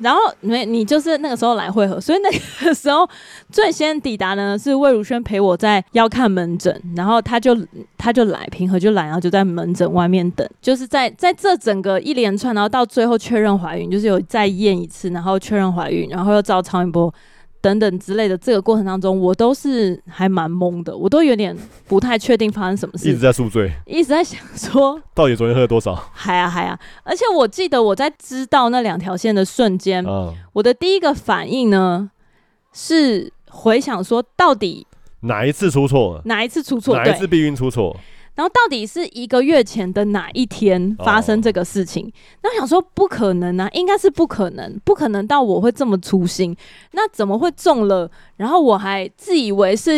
Speaker 1: 然后没你就是那个时候来会合，所以那个时候最先抵达呢是魏如萱陪我在要看门诊，然后他就他就来平和就来，然后就在门诊外面等，就是在在这整个一连串，然后到最后确认怀孕，就是有再验一次，然后确认怀孕，然后又照超音波等等之类的这个过程当中，我都是还蛮懵的，我都有点不太确定发生什么
Speaker 2: 一直
Speaker 1: 事，
Speaker 2: 在宿醉，
Speaker 1: 一直在想说
Speaker 2: 到底昨天喝了多少？啊、
Speaker 1: 嗨啊嗨啊，而且我记得我在知道那两条线的瞬间。
Speaker 2: 啊
Speaker 1: 我的第一个反应呢是回想说，到底
Speaker 2: 哪一次出错了？
Speaker 1: 哪一次出错？
Speaker 2: 哪
Speaker 1: 对
Speaker 2: 一，次避孕出错？
Speaker 1: 然后到底是一个月前的哪一天发生这个事情？那我想说不可能啊，应该是不可能，不可能到我会这么粗心，那怎么会中了？然后我还自以为是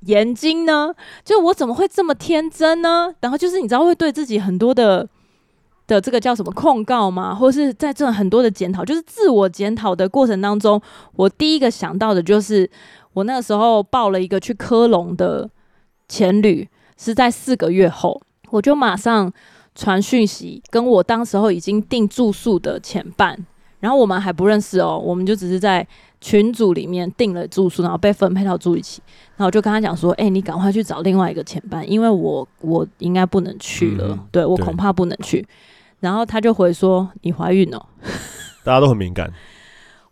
Speaker 1: 盐金呢，就我怎么会这么天真呢？然后就是你知道会对自己很多的。的这个叫什么控告吗？或是在这很多的检讨，就是自我检讨的过程当中，我第一个想到的就是我那个时候报了一个去科隆的前旅，是在四个月后，我就马上传讯息跟我当时候已经订住宿的前伴，然后我们还不认识哦，我们就只是在群组里面订了住宿，然后被分配到住一起，然后我就跟他讲说，哎、你赶快去找另外一个前伴，因为我我应该不能去了，
Speaker 2: 嗯
Speaker 1: 对我
Speaker 2: 对
Speaker 1: 恐怕不能去。然后他就回说：“你怀孕了、
Speaker 2: 大家都很敏感，
Speaker 1: 嗯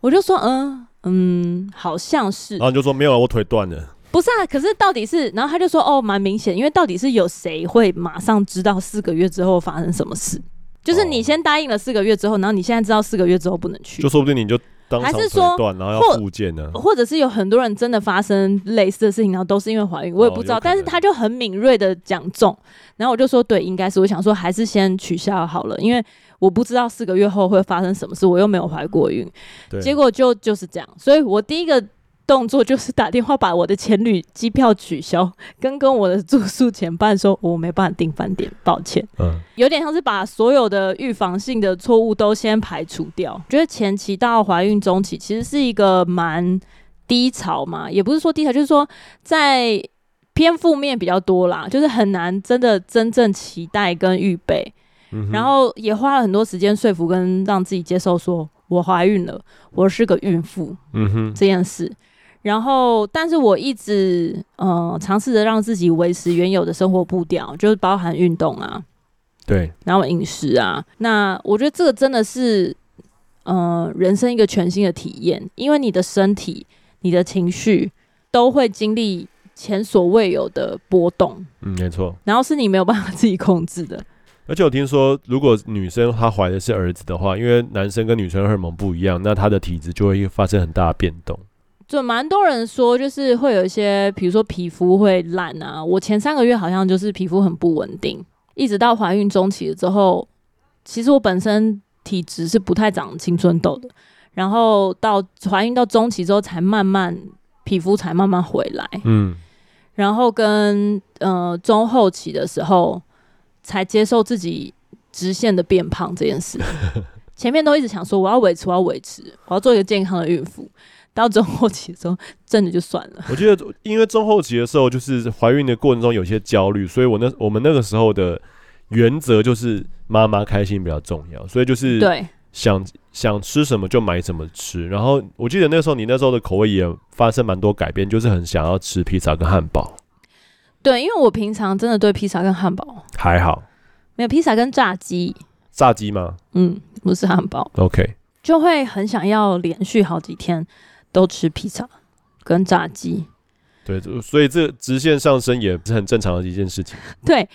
Speaker 1: 我就说：“嗯嗯，好像是。
Speaker 2: 然后你就说没有啊，我腿断了。
Speaker 1: 不是啊，可是到底是，然后他就说哦，蛮明显，因为到底是有谁会马上知道四个月之后发生什么事？就是你
Speaker 2: 哦
Speaker 1: 先答应了四个月之后，然后你现在知道四个月之后不能去
Speaker 2: 就，说不定你就当场
Speaker 1: 还是
Speaker 2: 腿
Speaker 1: 说哦
Speaker 2: 断，然后要
Speaker 1: 或
Speaker 2: 复健呢、
Speaker 1: 或者是有很多人真的发生类似的事情，然后都是因为怀孕，我也
Speaker 2: 哦
Speaker 1: 不知道。
Speaker 2: 有可能
Speaker 1: 但是他就很敏锐的讲中，然后我就说对，应该是。我想说还是先取消好了，因为我不知道四个月后会发生什么事，我又没有怀过孕。
Speaker 2: 对，
Speaker 1: 结果就就是这样，所以我第一个动作就是打电话把我的前旅机票取消，跟跟我的住宿前伴说我没办法订饭店，抱歉，
Speaker 2: 嗯，
Speaker 1: 有点像是把所有的预防性的错误都先排除掉。觉得前期到怀孕中期其实是一个蛮低潮嘛，也不是说低潮，就是说在偏负面比较多啦，就是很难真的真正期待跟预备。
Speaker 2: 嗯哼
Speaker 1: 然后也花了很多时间说服跟让自己接受说我怀孕了，我是个孕妇
Speaker 2: 嗯哼，
Speaker 1: 这件事。然后，但是我一直呃尝试着让自己维持原有的生活步调，就是包含运动啊，
Speaker 2: 对，
Speaker 1: 然后饮食啊。那我觉得这个真的是呃人生一个全新的体验，因为你的身体、你的情绪都会经历前所未有的波动，
Speaker 2: 嗯，没错。
Speaker 1: 然后是你没有办法自己控制的。
Speaker 2: 而且我听说，如果女生她怀的是儿子的话，因为男生跟女生荷尔蒙不一样，那她的体质就会发生很大的变动。
Speaker 1: 就蛮多人说，就是会有一些，比如说皮肤会烂啊。我前三个月好像就是皮肤很不稳定，一直到怀孕中期了之后，其实我本身体质是不太长青春痘的，然后到怀孕到中期之后，才慢慢皮肤才慢慢回来，
Speaker 2: 嗯，
Speaker 1: 然后跟呃中后期的时候才接受自己直线的变胖这件事。前面都一直想说我要维持，我要维持，我要做一个健康的孕妇。到中后期的时候，真的就算了。
Speaker 2: 我记得因为中后期的时候，就是怀孕的过程中有些焦虑，所以我那我们那个时候的原则就是妈妈开心比较重要，所以就是
Speaker 1: 对，
Speaker 2: 想想吃什么就买什么吃。然后我记得那时候你那时候的口味也发生蛮多改变，就是很想要吃披萨跟汉堡，
Speaker 1: 对，因为我平常真的对披萨跟汉堡
Speaker 2: 还好
Speaker 1: 没有披萨跟炸鸡，
Speaker 2: 炸鸡吗
Speaker 1: 嗯，不是汉堡，
Speaker 2: ？OK，
Speaker 1: 就会很想要连续好几天都吃披萨跟炸鸡。
Speaker 2: 对，就所以这直线上升也是很正常的一件事情。
Speaker 1: 对，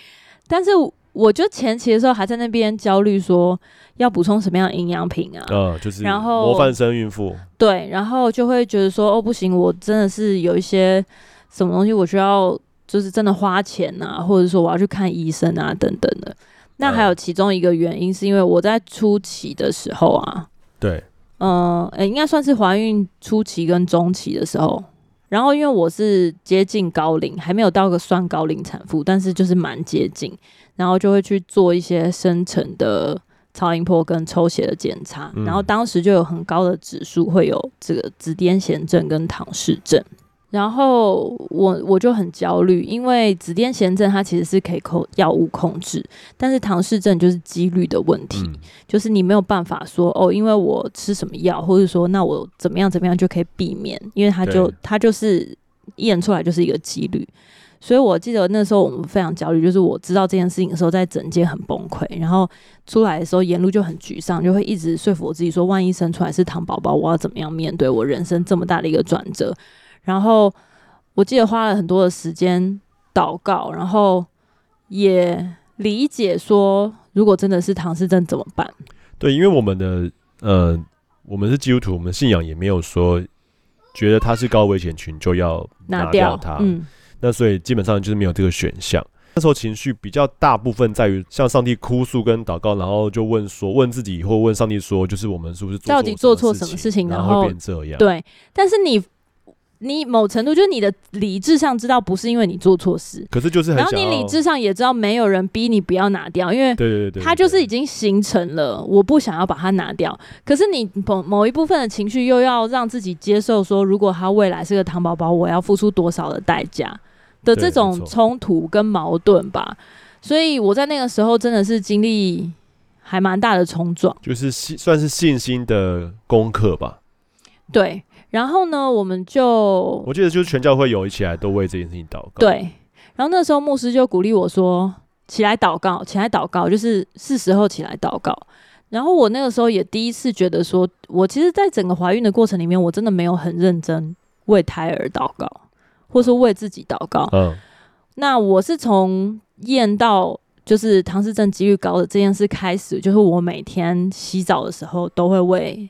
Speaker 1: 但是我就前期的时候还在那边焦虑说要补充什么样的营养品啊，
Speaker 2: 呃，就是
Speaker 1: 然后
Speaker 2: 模范生孕妇，
Speaker 1: 对，然后就会觉得说哦不行，我真的是有一些什么东西我需要就是真的花钱啊，或者说我要去看医生啊等等的。那还有
Speaker 2: 嗯
Speaker 1: 其中一个原因是因为我在初期的时候啊，
Speaker 2: 对，
Speaker 1: 嗯，呃，应该算是怀孕初期跟中期的时候。然后因为我是接近高龄，还没有到个算高龄产妇，但是就是蛮接近，然后就会去做一些深层的超音波跟抽血的检查，
Speaker 2: 嗯
Speaker 1: 然后当时就有很高的指数会有这个紫癜痫症跟唐氏症。然后我我就很焦虑，因为紫癜痫症它其实是可以控药物控制，但是唐氏症就是几率的问题。
Speaker 2: 嗯，
Speaker 1: 就是你没有办法说哦，因为我吃什么药，或者说那我怎么样怎么样就可以避免，因为它就
Speaker 2: 对
Speaker 1: 它就是验出来就是一个几率。所以我记得那时候我们非常焦虑，就是我知道这件事情的时候，在整间很崩溃，然后出来的时候沿路就很沮丧，就会一直说服我自己说，万一生出来是糖宝宝，我要怎么样面对我人生这么大的一个转折？然后我记得花了很多的时间祷告，然后也理解说，如果真的是唐氏症怎么办？
Speaker 2: 对，因为我们的呃，我们是基督徒，我们的信仰也没有说觉得它是高危险群，就要
Speaker 1: 拿
Speaker 2: 掉它。
Speaker 1: 嗯，
Speaker 2: 那所以基本上就是没有这个选项。那时候情绪比较大部分在于向上帝哭诉跟祷告，然后就问说，问自己或问上帝说，就是我们是不是
Speaker 1: 到底做错
Speaker 2: 什
Speaker 1: 什么事情
Speaker 2: 然
Speaker 1: 然后
Speaker 2: 会变这样？
Speaker 1: 对。但是你，你某程度就是你的理智上知道不是因为你做错事，
Speaker 2: 可是就是很
Speaker 1: 然后
Speaker 2: 想
Speaker 1: 你
Speaker 2: 要
Speaker 1: 理智上也知道没有人逼你不要拿掉，因为
Speaker 2: 对对对对，
Speaker 1: 它就是已经形成了，我不想要把它拿掉。可是你某某一部分的情绪又要让自己接受说，如果它未来是个糖宝宝，我要付出多少的代价的
Speaker 2: 对
Speaker 1: 这
Speaker 2: 没
Speaker 1: 种
Speaker 2: 错
Speaker 1: 冲突跟矛盾吧。所以我在那个时候真的是经历还蛮大的冲撞。
Speaker 2: 就是信算是信心的功课吧。
Speaker 1: 对，然后呢，我们就
Speaker 2: 我记得就是全教会有一起来都为这件事情祷告。，
Speaker 1: 对，然后那时候牧师就鼓励我说：“起来祷告，起来祷告，就是是时候起来祷告。”然后我那个时候也第一次觉得说，我其实，在整个怀孕的过程里面，我真的没有很认真为胎儿祷告，或是为自己祷告。
Speaker 2: 嗯，
Speaker 1: 那我是从验到就是唐氏症几率高的这件事开始，就是我每天洗澡的时候都会为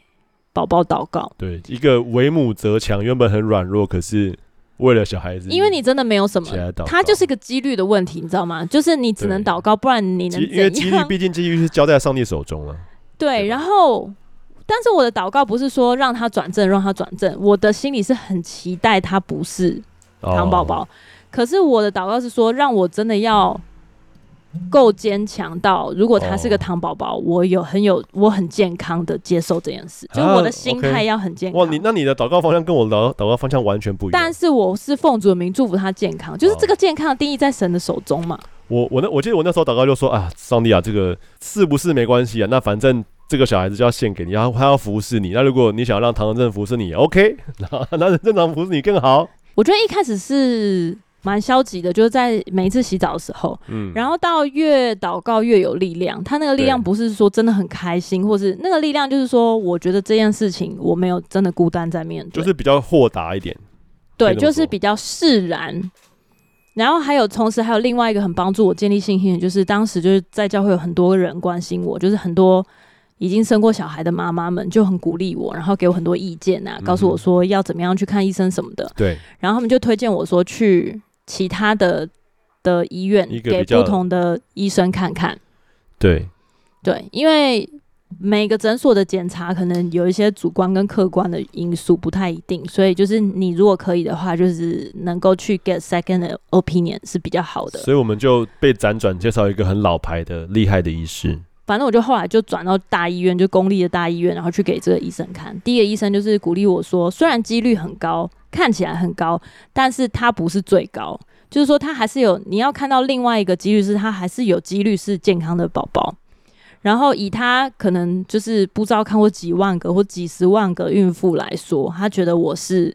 Speaker 1: 宝宝祷告，
Speaker 2: 对，一个为母则强，原本很软弱，可是为了小孩子，
Speaker 1: 因为你真的没有什么
Speaker 2: 嗯起来祷告，
Speaker 1: 它就是个几率的问题，你知道吗？就是你只能
Speaker 2: 对
Speaker 1: 祷告，不然你
Speaker 2: 几
Speaker 1: 能
Speaker 2: 因为
Speaker 1: 怎
Speaker 2: 几率
Speaker 1: 样？
Speaker 2: 毕竟几率是交在上帝手中了、啊
Speaker 1: 对，
Speaker 2: 对吧
Speaker 1: 然后，但是我的祷告不是说让他转正，让他转正，我的心里是很期待他不是
Speaker 2: 哦
Speaker 1: 糖宝宝，可是我的祷告是说，让我真的要够坚强到，如果他是个
Speaker 2: 哦
Speaker 1: 糖宝宝，我有很有我很健康的接受这件事，就
Speaker 2: 啊
Speaker 1: 我的心
Speaker 2: OK
Speaker 1: 态要很健康。
Speaker 2: 哇，你那你的祷告方向跟我的祷祷告方向完全不一样。
Speaker 1: 但是我是奉主的名祝福他健康，就是
Speaker 2: 哦
Speaker 1: 这个健康的定义在神的手中嘛。
Speaker 2: 我我那我记得我那时候祷告就说啊，上帝啊，这个是不是没关系啊？那反正这个小孩子就要献给你，然后他要服侍你。那如果你想让唐人正服侍你，OK，那 那正常服侍你更好。
Speaker 1: 我觉得一开始是蛮消极的，就是在每一次洗澡的时候，
Speaker 2: 嗯，
Speaker 1: 然后到越祷告越有力量。他那个力量
Speaker 2: 对
Speaker 1: 不是说真的很开心，或是那个力量就是说，我觉得这件事情我没有真的孤单在面对，
Speaker 2: 就是比较豁达一点。
Speaker 1: 对，
Speaker 2: 可以这么
Speaker 1: 就是
Speaker 2: 说
Speaker 1: 比较释然。然后还有，同时还有另外一个很帮助我建立信心的，就是当时就是在教会有很多人关心我，就是很多已经生过小孩的妈妈们就很鼓励我，然后给我很多意见啊，告诉我
Speaker 2: 嗯哼
Speaker 1: 说要怎么样去看医生什么的。
Speaker 2: 对，
Speaker 1: 然后他们就推荐我说去其他的的医院
Speaker 2: 一个
Speaker 1: 给
Speaker 2: 比较
Speaker 1: 不同的医生看看，
Speaker 2: 对，
Speaker 1: 对，因为每个诊所的检查可能有一些主观跟客观的因素不太一定，所以就是你如果可以的话，就是能够去 get second opinion 是比较好的。
Speaker 2: 所以我们就被辗转介绍一个很老牌的厉害的医师。
Speaker 1: 反正我就后来就转到大医院，就公立的大医院，然后去给这个医生看。第一个医生就是鼓励我说，虽然几率很高，看起来很高，但是它不是最高，就是说它还是有你要看到另外一个几率是它还是有几率是健康的宝宝。然后以他可能就是不知道看过几万个或几十万个孕妇来说，他觉得我是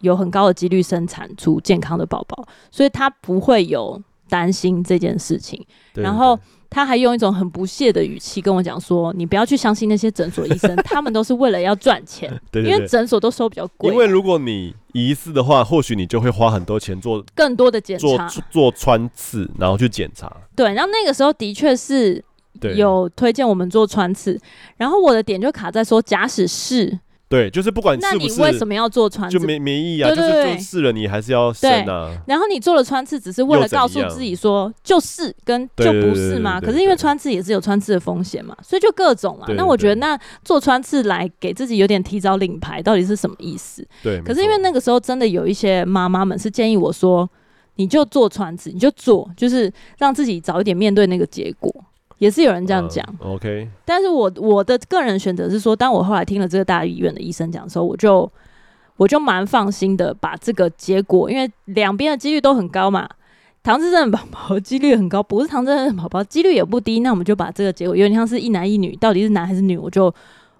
Speaker 1: 有很高的几率生产出健康的宝宝，所以他不会有担心这件事情。
Speaker 2: 对
Speaker 1: 然后他还用一种很不屑的语气跟我讲说：“你不要去相信那些诊所医生， 他们都是为了要赚钱，
Speaker 2: 对
Speaker 1: 因为
Speaker 2: 对
Speaker 1: 啊
Speaker 2: 对，
Speaker 1: 诊所都收比较贵，
Speaker 2: 因为如果你疑似的话，或许你就会花很多钱做
Speaker 1: 更多的检
Speaker 2: 做
Speaker 1: 查。
Speaker 2: 做穿刺，然后去检查。”
Speaker 1: 对，然后那个时候的确是
Speaker 2: 对，
Speaker 1: 有推荐我们做穿刺，然后我的点就卡在说，假使是，
Speaker 2: 对，就是不管
Speaker 1: 那
Speaker 2: 是不
Speaker 1: 你
Speaker 2: 是
Speaker 1: 为什么要做穿
Speaker 2: 就
Speaker 1: 刺？
Speaker 2: 没没意义啊，
Speaker 1: 对对
Speaker 2: 就是
Speaker 1: 对
Speaker 2: 就是了，你还是要生啊。
Speaker 1: 然后你做了穿刺，只是为了
Speaker 2: 又怎
Speaker 1: 告诉
Speaker 2: 样
Speaker 1: 自己说就是跟就
Speaker 2: 对对
Speaker 1: 不
Speaker 2: 对
Speaker 1: 是
Speaker 2: 对
Speaker 1: 嘛。
Speaker 2: 对
Speaker 1: 可是因为
Speaker 2: 对
Speaker 1: 穿刺也是有穿刺的风险嘛，所以就各种嘛
Speaker 2: 对。对
Speaker 1: 那我觉得
Speaker 2: 对
Speaker 1: 那做穿刺来给自己有点提早领牌，到底是什么意思？
Speaker 2: 对，
Speaker 1: 可是因为那
Speaker 2: 个
Speaker 1: 个时候真的有一些妈妈们是建议我说，你就做穿刺，你就做，就是让自己早一点面对那个结果。也是有人这
Speaker 2: 嗯
Speaker 1: 样讲，
Speaker 2: ，OK，
Speaker 1: 但是我我的个人选择是说，当我后来听了这个大医院的医生讲的时候，我就我就蛮放心的把这个结果，因为两边的几率都很高嘛，唐氏症的宝宝几率很高，不是唐氏症的宝宝几率也不低，那我们就把这个结果有点像是一男一女，到底是男还是女，我就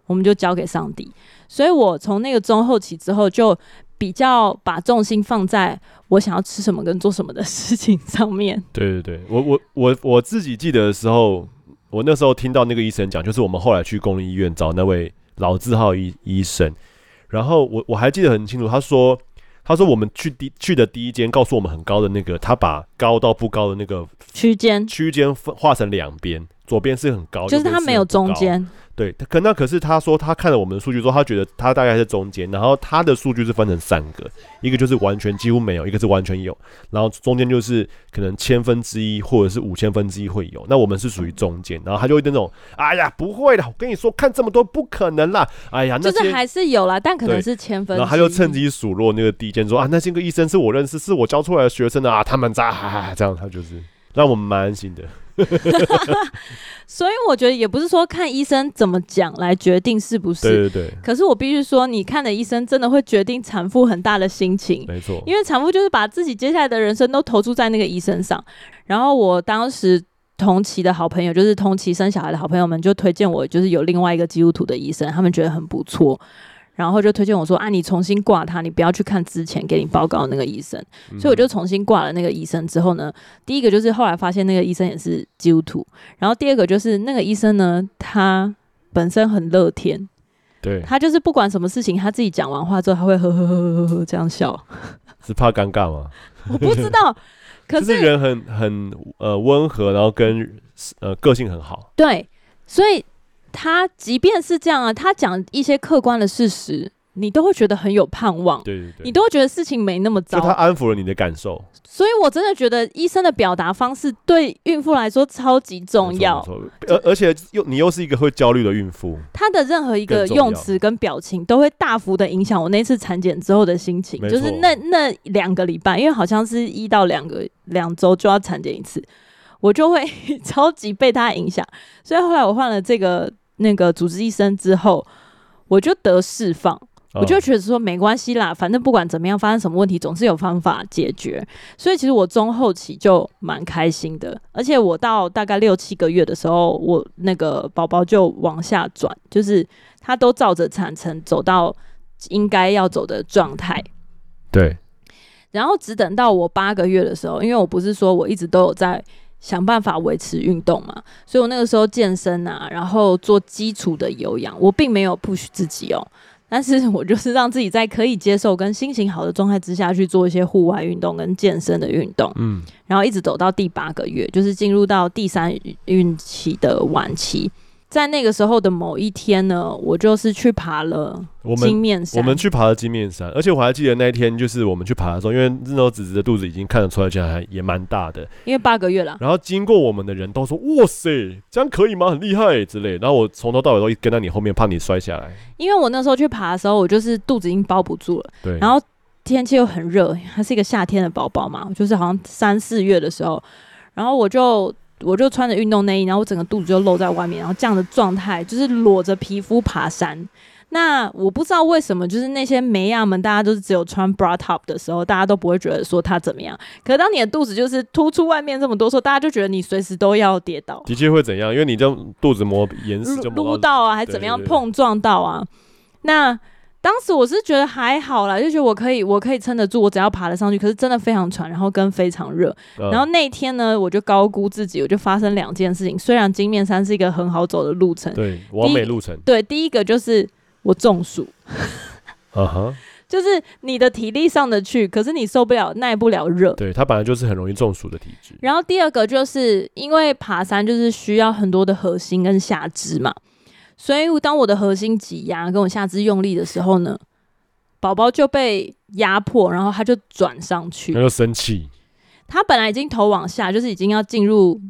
Speaker 1: 我们就交给上帝。所以我从那个中后期之后就。比较把重心放在我想要吃什么跟做什么的事情上面，
Speaker 2: 对对对，我我我我自己记得的时候，我那时候听到那个医生讲，就是我们后来去公立医院找那位老字号医医生，然后我我还记得很清楚，他说他说我们去第去的第一间，告诉我们很高的那个，他把高到不高的那个
Speaker 1: 区间
Speaker 2: 区间分划成两边，左边是很高，
Speaker 1: 就是
Speaker 2: 右边
Speaker 1: 它没有
Speaker 2: 很不
Speaker 1: 中
Speaker 2: 高
Speaker 1: 间，
Speaker 2: 对，他可那可是他说他看了我们的数据之后，他觉得他大概在中间，然后他的数据是分成三个，一个就是完全几乎没有，一个是完全有，然后中间就是可能千分之一或者是五千分之一会有，那我们是属于中间，然后他就会那种，哎呀不会啦，我跟你说看这么多不可能啦，哎呀那
Speaker 1: 就是
Speaker 2: 些。
Speaker 1: 还是有啦，但可能
Speaker 2: 对
Speaker 1: 是千分之一。
Speaker 2: 然后他就趁机数落那个地健说啊，那些个医生是我认识，是我教出来的学生啊，他们渣，哈哈哈这样他就是让我们蛮安心的。
Speaker 1: 所以我觉得也不是说看医生怎么讲来决定是不是，
Speaker 2: 对对对，
Speaker 1: 可是我必须说，你看的医生真的会决定产妇很大的心情。
Speaker 2: 没错，
Speaker 1: 因为产妇就是把自己接下来的人生都投注在那个医生上。然后我当时同期的好朋友，就是同期生小孩的好朋友们，就推荐我，就是有另外一个基督徒的医生，他们觉得很不错，然后就推荐我说啊，你重新挂他，你不要去看之前给你报告的那个医生。
Speaker 2: 嗯
Speaker 1: 所以我就重新挂了那个医生之后呢，第一个就是后来发现那个医生也是基督徒，然后第二个就是那个医生呢，他本身很乐天，
Speaker 2: 对
Speaker 1: 他就是不管什么事情，他自己讲完话之后，他会呵呵呵呵呵呵这样 笑。
Speaker 2: 是怕尴尬嘛，
Speaker 1: 我不知 道。可
Speaker 2: 就是人很很呃温和，然后跟呃个性很好，
Speaker 1: 对，所以他即便是这样啊，他讲一些客观的事实，你都会觉得很有盼望，
Speaker 2: 对对对，
Speaker 1: 你都会觉得事情没那么
Speaker 2: 就他
Speaker 1: 糟。
Speaker 2: 安抚了你的感受，
Speaker 1: 所以我真的觉得医生的表达方式对孕妇来说超级重要
Speaker 2: 没，错，没错而而且又你又是一个会焦虑的孕妇，
Speaker 1: 他的任何一个
Speaker 2: 更重要
Speaker 1: 用词跟表情都会大幅的影响我那次产检之后的心情，
Speaker 2: 没错
Speaker 1: 就是那那两个礼拜，因为好像是一到两个两周就要产检一次，我就会 超级被他影响，所以后来我换了这个那个主治医生之后，我就得释放。我就
Speaker 2: 嗯
Speaker 1: 觉得说没关系啦，反正不管怎么样，发生什么问题，总是有方法解决。所以其实我中后期就蛮开心的，而且我到大概六七个月的时候，我那个宝宝就往下转，就是他都照着产程走到应该要走的状态。
Speaker 2: 对
Speaker 1: 然后只等到我八个月的时候，因为我不是说我一直都有在想办法维持运动嘛，所以我那个时候健身啊，然后做基础的有氧，我并没有 push 自己哦，但是我就是让自己在可以接受跟心情好的状态之下去做一些户外运动跟健身的运动，
Speaker 2: 嗯
Speaker 1: 然后一直走到第八个月，就是进入到第三孕期的晚期。在那个时候的某一天呢，我就是去爬了
Speaker 2: 我们
Speaker 1: 金面山。
Speaker 2: 我们去爬了金面山，而且我还记得那一天，就是我们去爬的时候，因为那时候子子的肚子已经看得出来，这样还也蛮大的。
Speaker 1: 因为八个月啦，
Speaker 2: 然后经过我们的人都说：“哇塞，这样可以吗？很厉害之类。”然后我从头到尾都一直跟在你后面，怕你摔下来。
Speaker 1: 因为我那时候去爬的时候，我就是肚子已经包不住了。
Speaker 2: 对，
Speaker 1: 然后天气又很热，它是一个夏天的宝宝嘛，就是好像三四月的时候，然后我就我就穿着运动内衣，然后我整个肚子就露在外面，然后这样的状态就是裸着皮肤爬山。那我不知道为什么，就是那些梅亚们，大家都是只有穿 bra top 的时候，大家都不会觉得说它怎么样。可是当你的肚子就是突出外面这么多的时候，大家就觉得你随时都要跌倒。
Speaker 2: 的确会怎样？因为你这样肚子磨岩石就
Speaker 1: 撸
Speaker 2: 磨到，
Speaker 1: 到啊，还怎么样
Speaker 2: 对对对
Speaker 1: 碰撞到啊？那当时我是觉得还好啦，就觉得我可以，我可以撑得住，我只要爬得上去。可是真的非常喘，然后跟非常热。
Speaker 2: 嗯
Speaker 1: 然后那一天呢，我就高估自己，我就发生两件事情。虽然金面山是一个很好走的路程，
Speaker 2: 对完美路程，
Speaker 1: 对，第一个就是我中暑，
Speaker 2: 啊哈，
Speaker 1: 就是你的体力上得去，可是你受不了、耐不了热。
Speaker 2: 对他本来就是很容易中暑的体质。
Speaker 1: 然后第二个就是因为爬山就是需要很多的核心跟下肢嘛，所以当我的核心挤压跟我下肢用力的时候呢，宝宝就被压迫，然后他就转上
Speaker 2: 他
Speaker 1: 去。
Speaker 2: 就生气，
Speaker 1: 他本来已经头往下，就是已经要进入，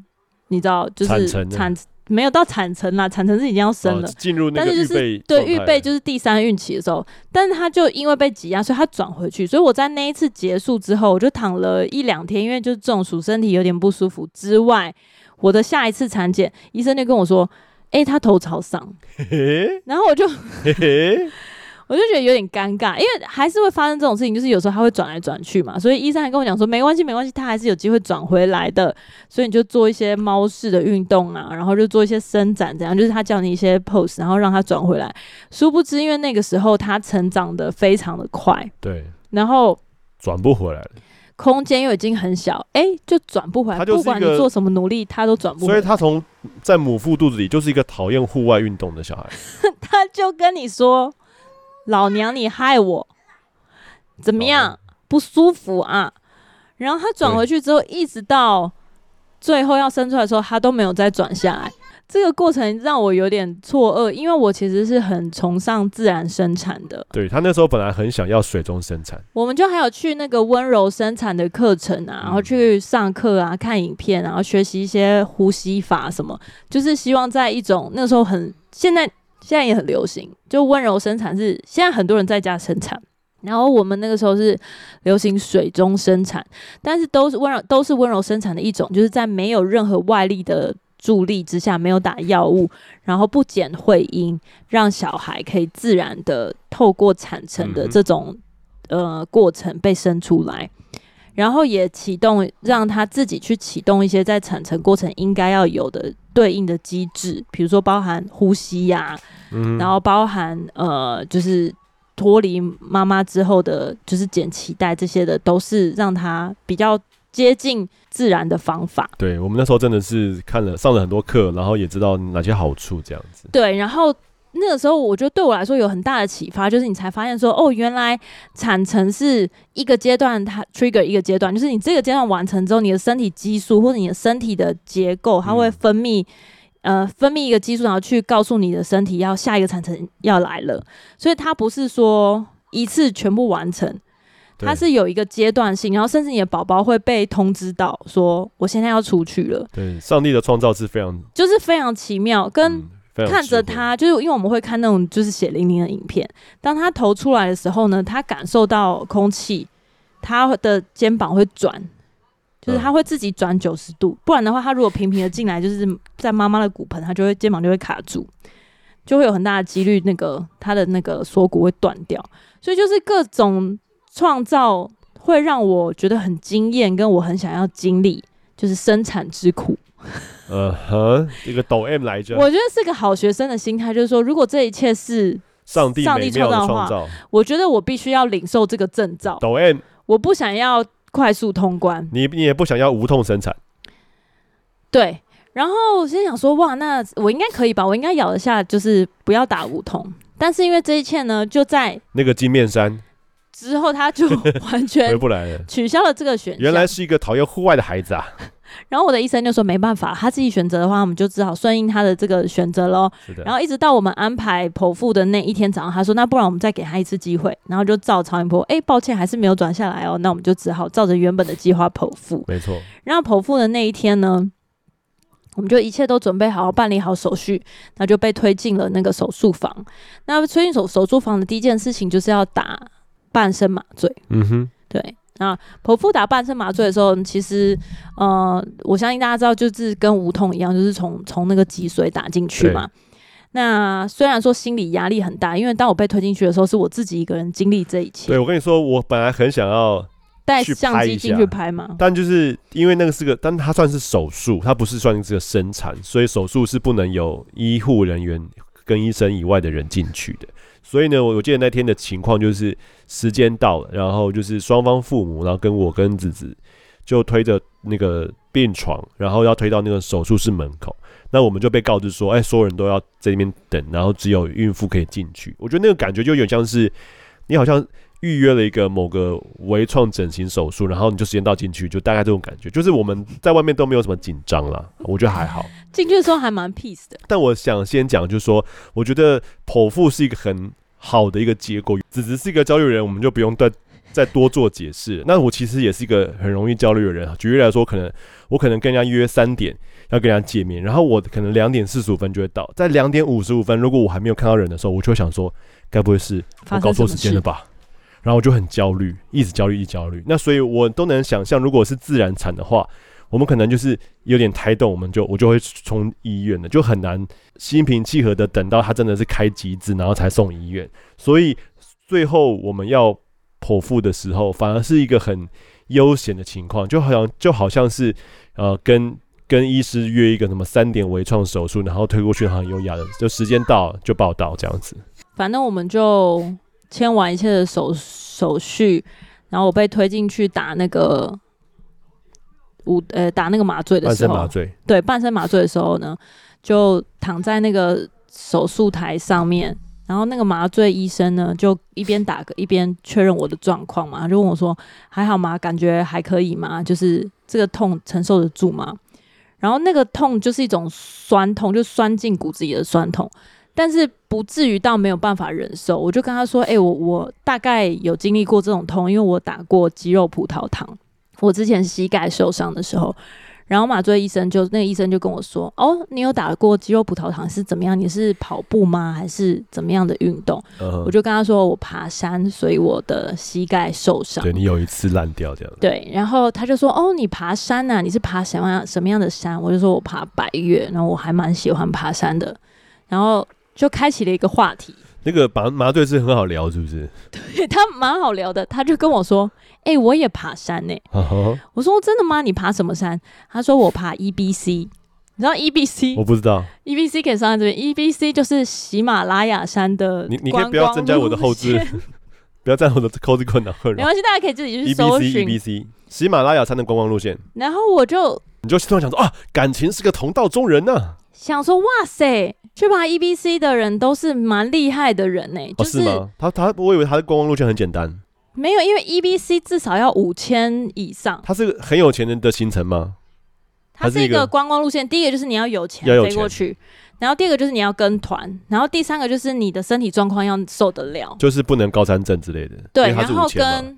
Speaker 1: 你知道，就
Speaker 2: 产
Speaker 1: 是
Speaker 2: 程了
Speaker 1: 产没有到产程啦，产程是已经要生了
Speaker 2: 哦。进入那
Speaker 1: 但
Speaker 2: 个
Speaker 1: 是
Speaker 2: 预
Speaker 1: 就是
Speaker 2: 备
Speaker 1: 对，
Speaker 2: 状态
Speaker 1: 预备就是第三孕期的时候，但是他就因为被挤压，所以他转回去。所以我在那一次结束之后，我就躺了一两天，因为就是中暑，身体有点不舒服。之外，我的下一次产检，医生就跟我说：“诶，他头朝上。
Speaker 2: 嘿”
Speaker 1: 然后我就
Speaker 2: 嘿嘿，
Speaker 1: 我就觉得有点尴尬，因为还是会发生这种事情，就是有时候他会转来转去嘛。所以医生还跟我讲说：“没关系，没关系，他还是有机会转回来的。”所以你就做一些猫式的运动啊，然后就做一些伸展，怎样？就是他教你一些 pose，然后让他转回来。殊不知，因为那个时候他成长的非常的快，
Speaker 2: 对，
Speaker 1: 然后
Speaker 2: 转不回来了。
Speaker 1: 空间又已经很小，哎、就转不回来。
Speaker 2: 他就是
Speaker 1: 不
Speaker 2: 一个
Speaker 1: 管你做什么努力，他都转不回
Speaker 2: 所
Speaker 1: 来。
Speaker 2: 以他从在母腹肚子里就是一个讨厌户外运动的小孩。
Speaker 1: 他就跟你说：“老娘你害我，怎么样？不舒服啊？”然后他转回去之后，一直到最后要生出来的时候，他都没有再转下来。这个过程让我有点错愕，因为我其实是很崇尚自然生产的。
Speaker 2: 对他那时候本来很想要水中生产，
Speaker 1: 我们就还有去那个温柔生产的课程啊，然后去上课啊，看影片，然后学习一些呼吸法什么，就是希望在一种那时候很现在现在也很流行，就温柔生产是现在很多人在家生产，然后我们那个时候是流行水中生产，但是都是温柔都是温柔生产的一种，就是在没有任何外力的。助力之下，没有打药物，然后不减会阴，让小孩可以自然的透过产程
Speaker 2: 嗯
Speaker 1: 的
Speaker 2: 哼
Speaker 1: 这种呃过程被生出来，然后也启动让他自己去启动一些在产程过程应该要有的对应的机制，比如说包含呼吸呀、
Speaker 2: 嗯，
Speaker 1: 然后包含呃就是脱离妈妈之后的，就是剪脐带这些的，都是让他比较接近自然的方法。
Speaker 2: 对我们那时候真的是看了上了很多课，然后也知道哪些好处这样子。
Speaker 1: 对，然后那个时候我觉得对我来说有很大的启发，就是你才发现说，哦，原来产程是一个阶段它 trigger 一个阶段，就是你这个阶段完成之后，你的身体激素或者你的身体的结构，它会
Speaker 2: 嗯
Speaker 1: 分泌。呃，分泌一个激素，然后去告诉你的身体要下一个产程要来了，所以它不是说一次全部完成，
Speaker 2: 对
Speaker 1: 它是有一个阶段性，然后甚至你的宝宝会被通知到说我现在要出去了，
Speaker 2: 对上帝的创造是非常
Speaker 1: 就是非常奇妙，跟
Speaker 2: 嗯非常
Speaker 1: 看着
Speaker 2: 智慧
Speaker 1: 他，就是因为我们会看那种就是血淋淋的影片，当他头出来的时候呢，他感受到空气，他的肩膀会转，就是
Speaker 2: 嗯
Speaker 1: 他会自己转九十度，不然的话，他如果平平的进来，就是在妈妈的骨盆，他就会肩膀就会卡住，就会有很大的几率那个他的那个锁骨会断掉，所以就是各种创造会让我觉得很惊艳，跟我很想要经历，就是生产之苦。
Speaker 2: 呃哼，一个抖 M 来着，
Speaker 1: 我觉得是个好学生的心态，就是说，如果这一切是，
Speaker 2: 上帝
Speaker 1: 上
Speaker 2: 美
Speaker 1: 帝
Speaker 2: 妙
Speaker 1: 创
Speaker 2: 的
Speaker 1: 造的
Speaker 2: 创
Speaker 1: 话
Speaker 2: 造，
Speaker 1: 我觉得我必须要领受这个证照，
Speaker 2: 抖 M，
Speaker 1: 我不想要快速通关。
Speaker 2: 你你也不想要无痛生产，
Speaker 1: 对，然后我心想说，哇，那我应该可以吧？我应该咬得下，就是不要打无痛。但是因为这一切呢，就在
Speaker 2: 那个金面山
Speaker 1: 之后，他就完
Speaker 2: 回
Speaker 1: 全
Speaker 2: 不来了。
Speaker 1: 取消了这个选项。
Speaker 2: 原来是一个讨厌户外的孩子啊！
Speaker 1: 然后我的医生就说没办法，他自己选择的话，我们就只好顺应他的这个选择喽。
Speaker 2: 是的，
Speaker 1: 然后一直到我们安排剖腹的那一天早上，他说：“那不然我们再给他一次机会。”然后就照超音波，哎，抱歉，还是没有转下来哦。那我们就只好照着原本的计划剖腹。
Speaker 2: 没错，
Speaker 1: 然后剖腹的那一天呢，我们就一切都准备好，办理好手续，那就被推进了那个手术房。那推进手手术房的第一件事情就是要打半身麻醉。
Speaker 2: 嗯哼，
Speaker 1: 对，那剖腹打半身麻醉的时候，其实呃，我相信大家知道，就是跟无痛一样，就是从从那个脊髓打进去嘛。那虽然说心理压力很大，因为当我被推进去的时候，是我自己一个人经历这一切
Speaker 2: 对，我跟你说，我本来很想要，
Speaker 1: 带
Speaker 2: 去
Speaker 1: 相
Speaker 2: 拍一
Speaker 1: 机进
Speaker 2: 下
Speaker 1: 去拍嘛。
Speaker 2: 但就是因为那个是个，但它算是手术，它不是算是个生产，所以手术是不能有医护人员跟医生以外的人进去的。所以呢，我我记得那天的情况就是时间到了，然后就是双方父母，然后跟我跟子子就推着那个病床，然后要推到那个手术室门口。那我们就被告知说，哎，所有人都要在那边等，然后只有孕妇可以进去。我觉得那个感觉就有点像是你好像预约了一个某个微创整形手术，然后你就时间到进去，就大概这种感觉。就是我们在外面都没有什么紧张啦，我觉得还好。
Speaker 1: 进去的时候还蛮 peace 的，
Speaker 2: 但我想先讲，就是说，我觉得剖腹是一个很好的一个结果。子子是一个焦虑人，我们就不用再再多做解释。那我其实也是一个很容易焦虑的人啊。举例来说，可能我可能跟人家约三点要跟人家见面，然后我可能两点四十五分就会到，在两点五十五分，如果我还没有看到人的时候，我就会想说，该不会是我
Speaker 1: 发
Speaker 2: 搞
Speaker 1: 生什
Speaker 2: 错
Speaker 1: 么
Speaker 2: 时间了
Speaker 1: 事？
Speaker 2: 吧？然后我就很焦虑，一直焦虑，一直焦虑。那所以我都能想象，如果是自然产的话，我们可能就是有点胎动，我们就我就会冲医院了，就很难心平气和的等到他真的是开机子，然后才送医院。所以最后我们要剖腹的时候，反而是一个很悠闲的情况，就好像就好像是呃跟。跟医师约一个什么三点微创手术，然后推过去，很优雅的，就时间到就报道这样子。
Speaker 1: 反正我们就签完一切的手手续，然后我被推进去打那个无呃打那个麻醉的
Speaker 2: 半
Speaker 1: 时
Speaker 2: 身
Speaker 1: 候，
Speaker 2: 麻醉，
Speaker 1: 对，半身麻醉的时候呢，就躺在那个手术台上面，然后那个麻醉医生呢，就一边打嗝一边确认我的状况嘛，他就问我说：“还好吗？感觉还可以吗？就是这个痛承受得住吗？”然后那个痛就是一种酸痛，就酸进骨子里的酸痛，但是不至于到没有办法忍受。我就跟他说：“哎、我我大概有经历过这种痛，因为我打过肌肉葡萄糖，我之前膝盖受伤的时候。”然后麻醉医生就那个医生就跟我说：“哦，你有打过肌肉葡萄糖是怎么样？你是跑步吗？还是怎么样的运动？”
Speaker 2: 嗯哼
Speaker 1: 我就跟他说：“我爬山，所以我的膝盖受伤。”
Speaker 2: 对你有一次烂掉这样，
Speaker 1: 对，然后他就说：“哦，你爬山呐、你是爬什么样什么样的山？”我就说：“我爬白岳，然后我还蛮喜欢爬山的。”然后就开启了一个话题，
Speaker 2: 那个麻麻醉是很好聊，是不是？
Speaker 1: 他蛮好聊的。他就跟我说：“哎、我也爬山呢、
Speaker 2: 啊哈哈，
Speaker 1: 我说：“哦真的吗？你爬什么山？”他说：“我爬 EBC。”你知道 E
Speaker 2: 我
Speaker 1: EBC？EBC
Speaker 2: 不知道，
Speaker 1: E 可以上在这边，EBC 就是喜马拉雅山的
Speaker 2: 你你可以
Speaker 1: 观
Speaker 2: 不要
Speaker 1: 光
Speaker 2: 增加我的
Speaker 1: 路
Speaker 2: 后置
Speaker 1: 线，
Speaker 2: 不要占我的后置困扰困
Speaker 1: 没
Speaker 2: 扰。
Speaker 1: 关系，大家可以自己去
Speaker 2: E
Speaker 1: 搜
Speaker 2: B C E
Speaker 1: 寻。
Speaker 2: B C 喜马拉雅山的观光路线，
Speaker 1: 然后我就
Speaker 2: 你就突然想说啊，感情是个同道中人呐、
Speaker 1: 想说，哇塞，去爬 EBC 的人都是蛮厉害的人呢、就
Speaker 2: 哦，是吗？他他我以为他的观光路线很简单，
Speaker 1: 没有，因为 EBC 至少要五千以上，
Speaker 2: 他是个很有钱人的行程吗？
Speaker 1: 它是
Speaker 2: 它
Speaker 1: 一
Speaker 2: 是一个
Speaker 1: 个观光路线。第一个就是你要有钱
Speaker 2: 要有
Speaker 1: 飞过去，然后第二个就是你要跟团，然后第三个就是你的身体状况要受得了，
Speaker 2: 就是不能高山症之类的，
Speaker 1: 对，
Speaker 2: 因为他
Speaker 1: 然
Speaker 2: 是
Speaker 1: 后
Speaker 2: 五千嘛。
Speaker 1: 跟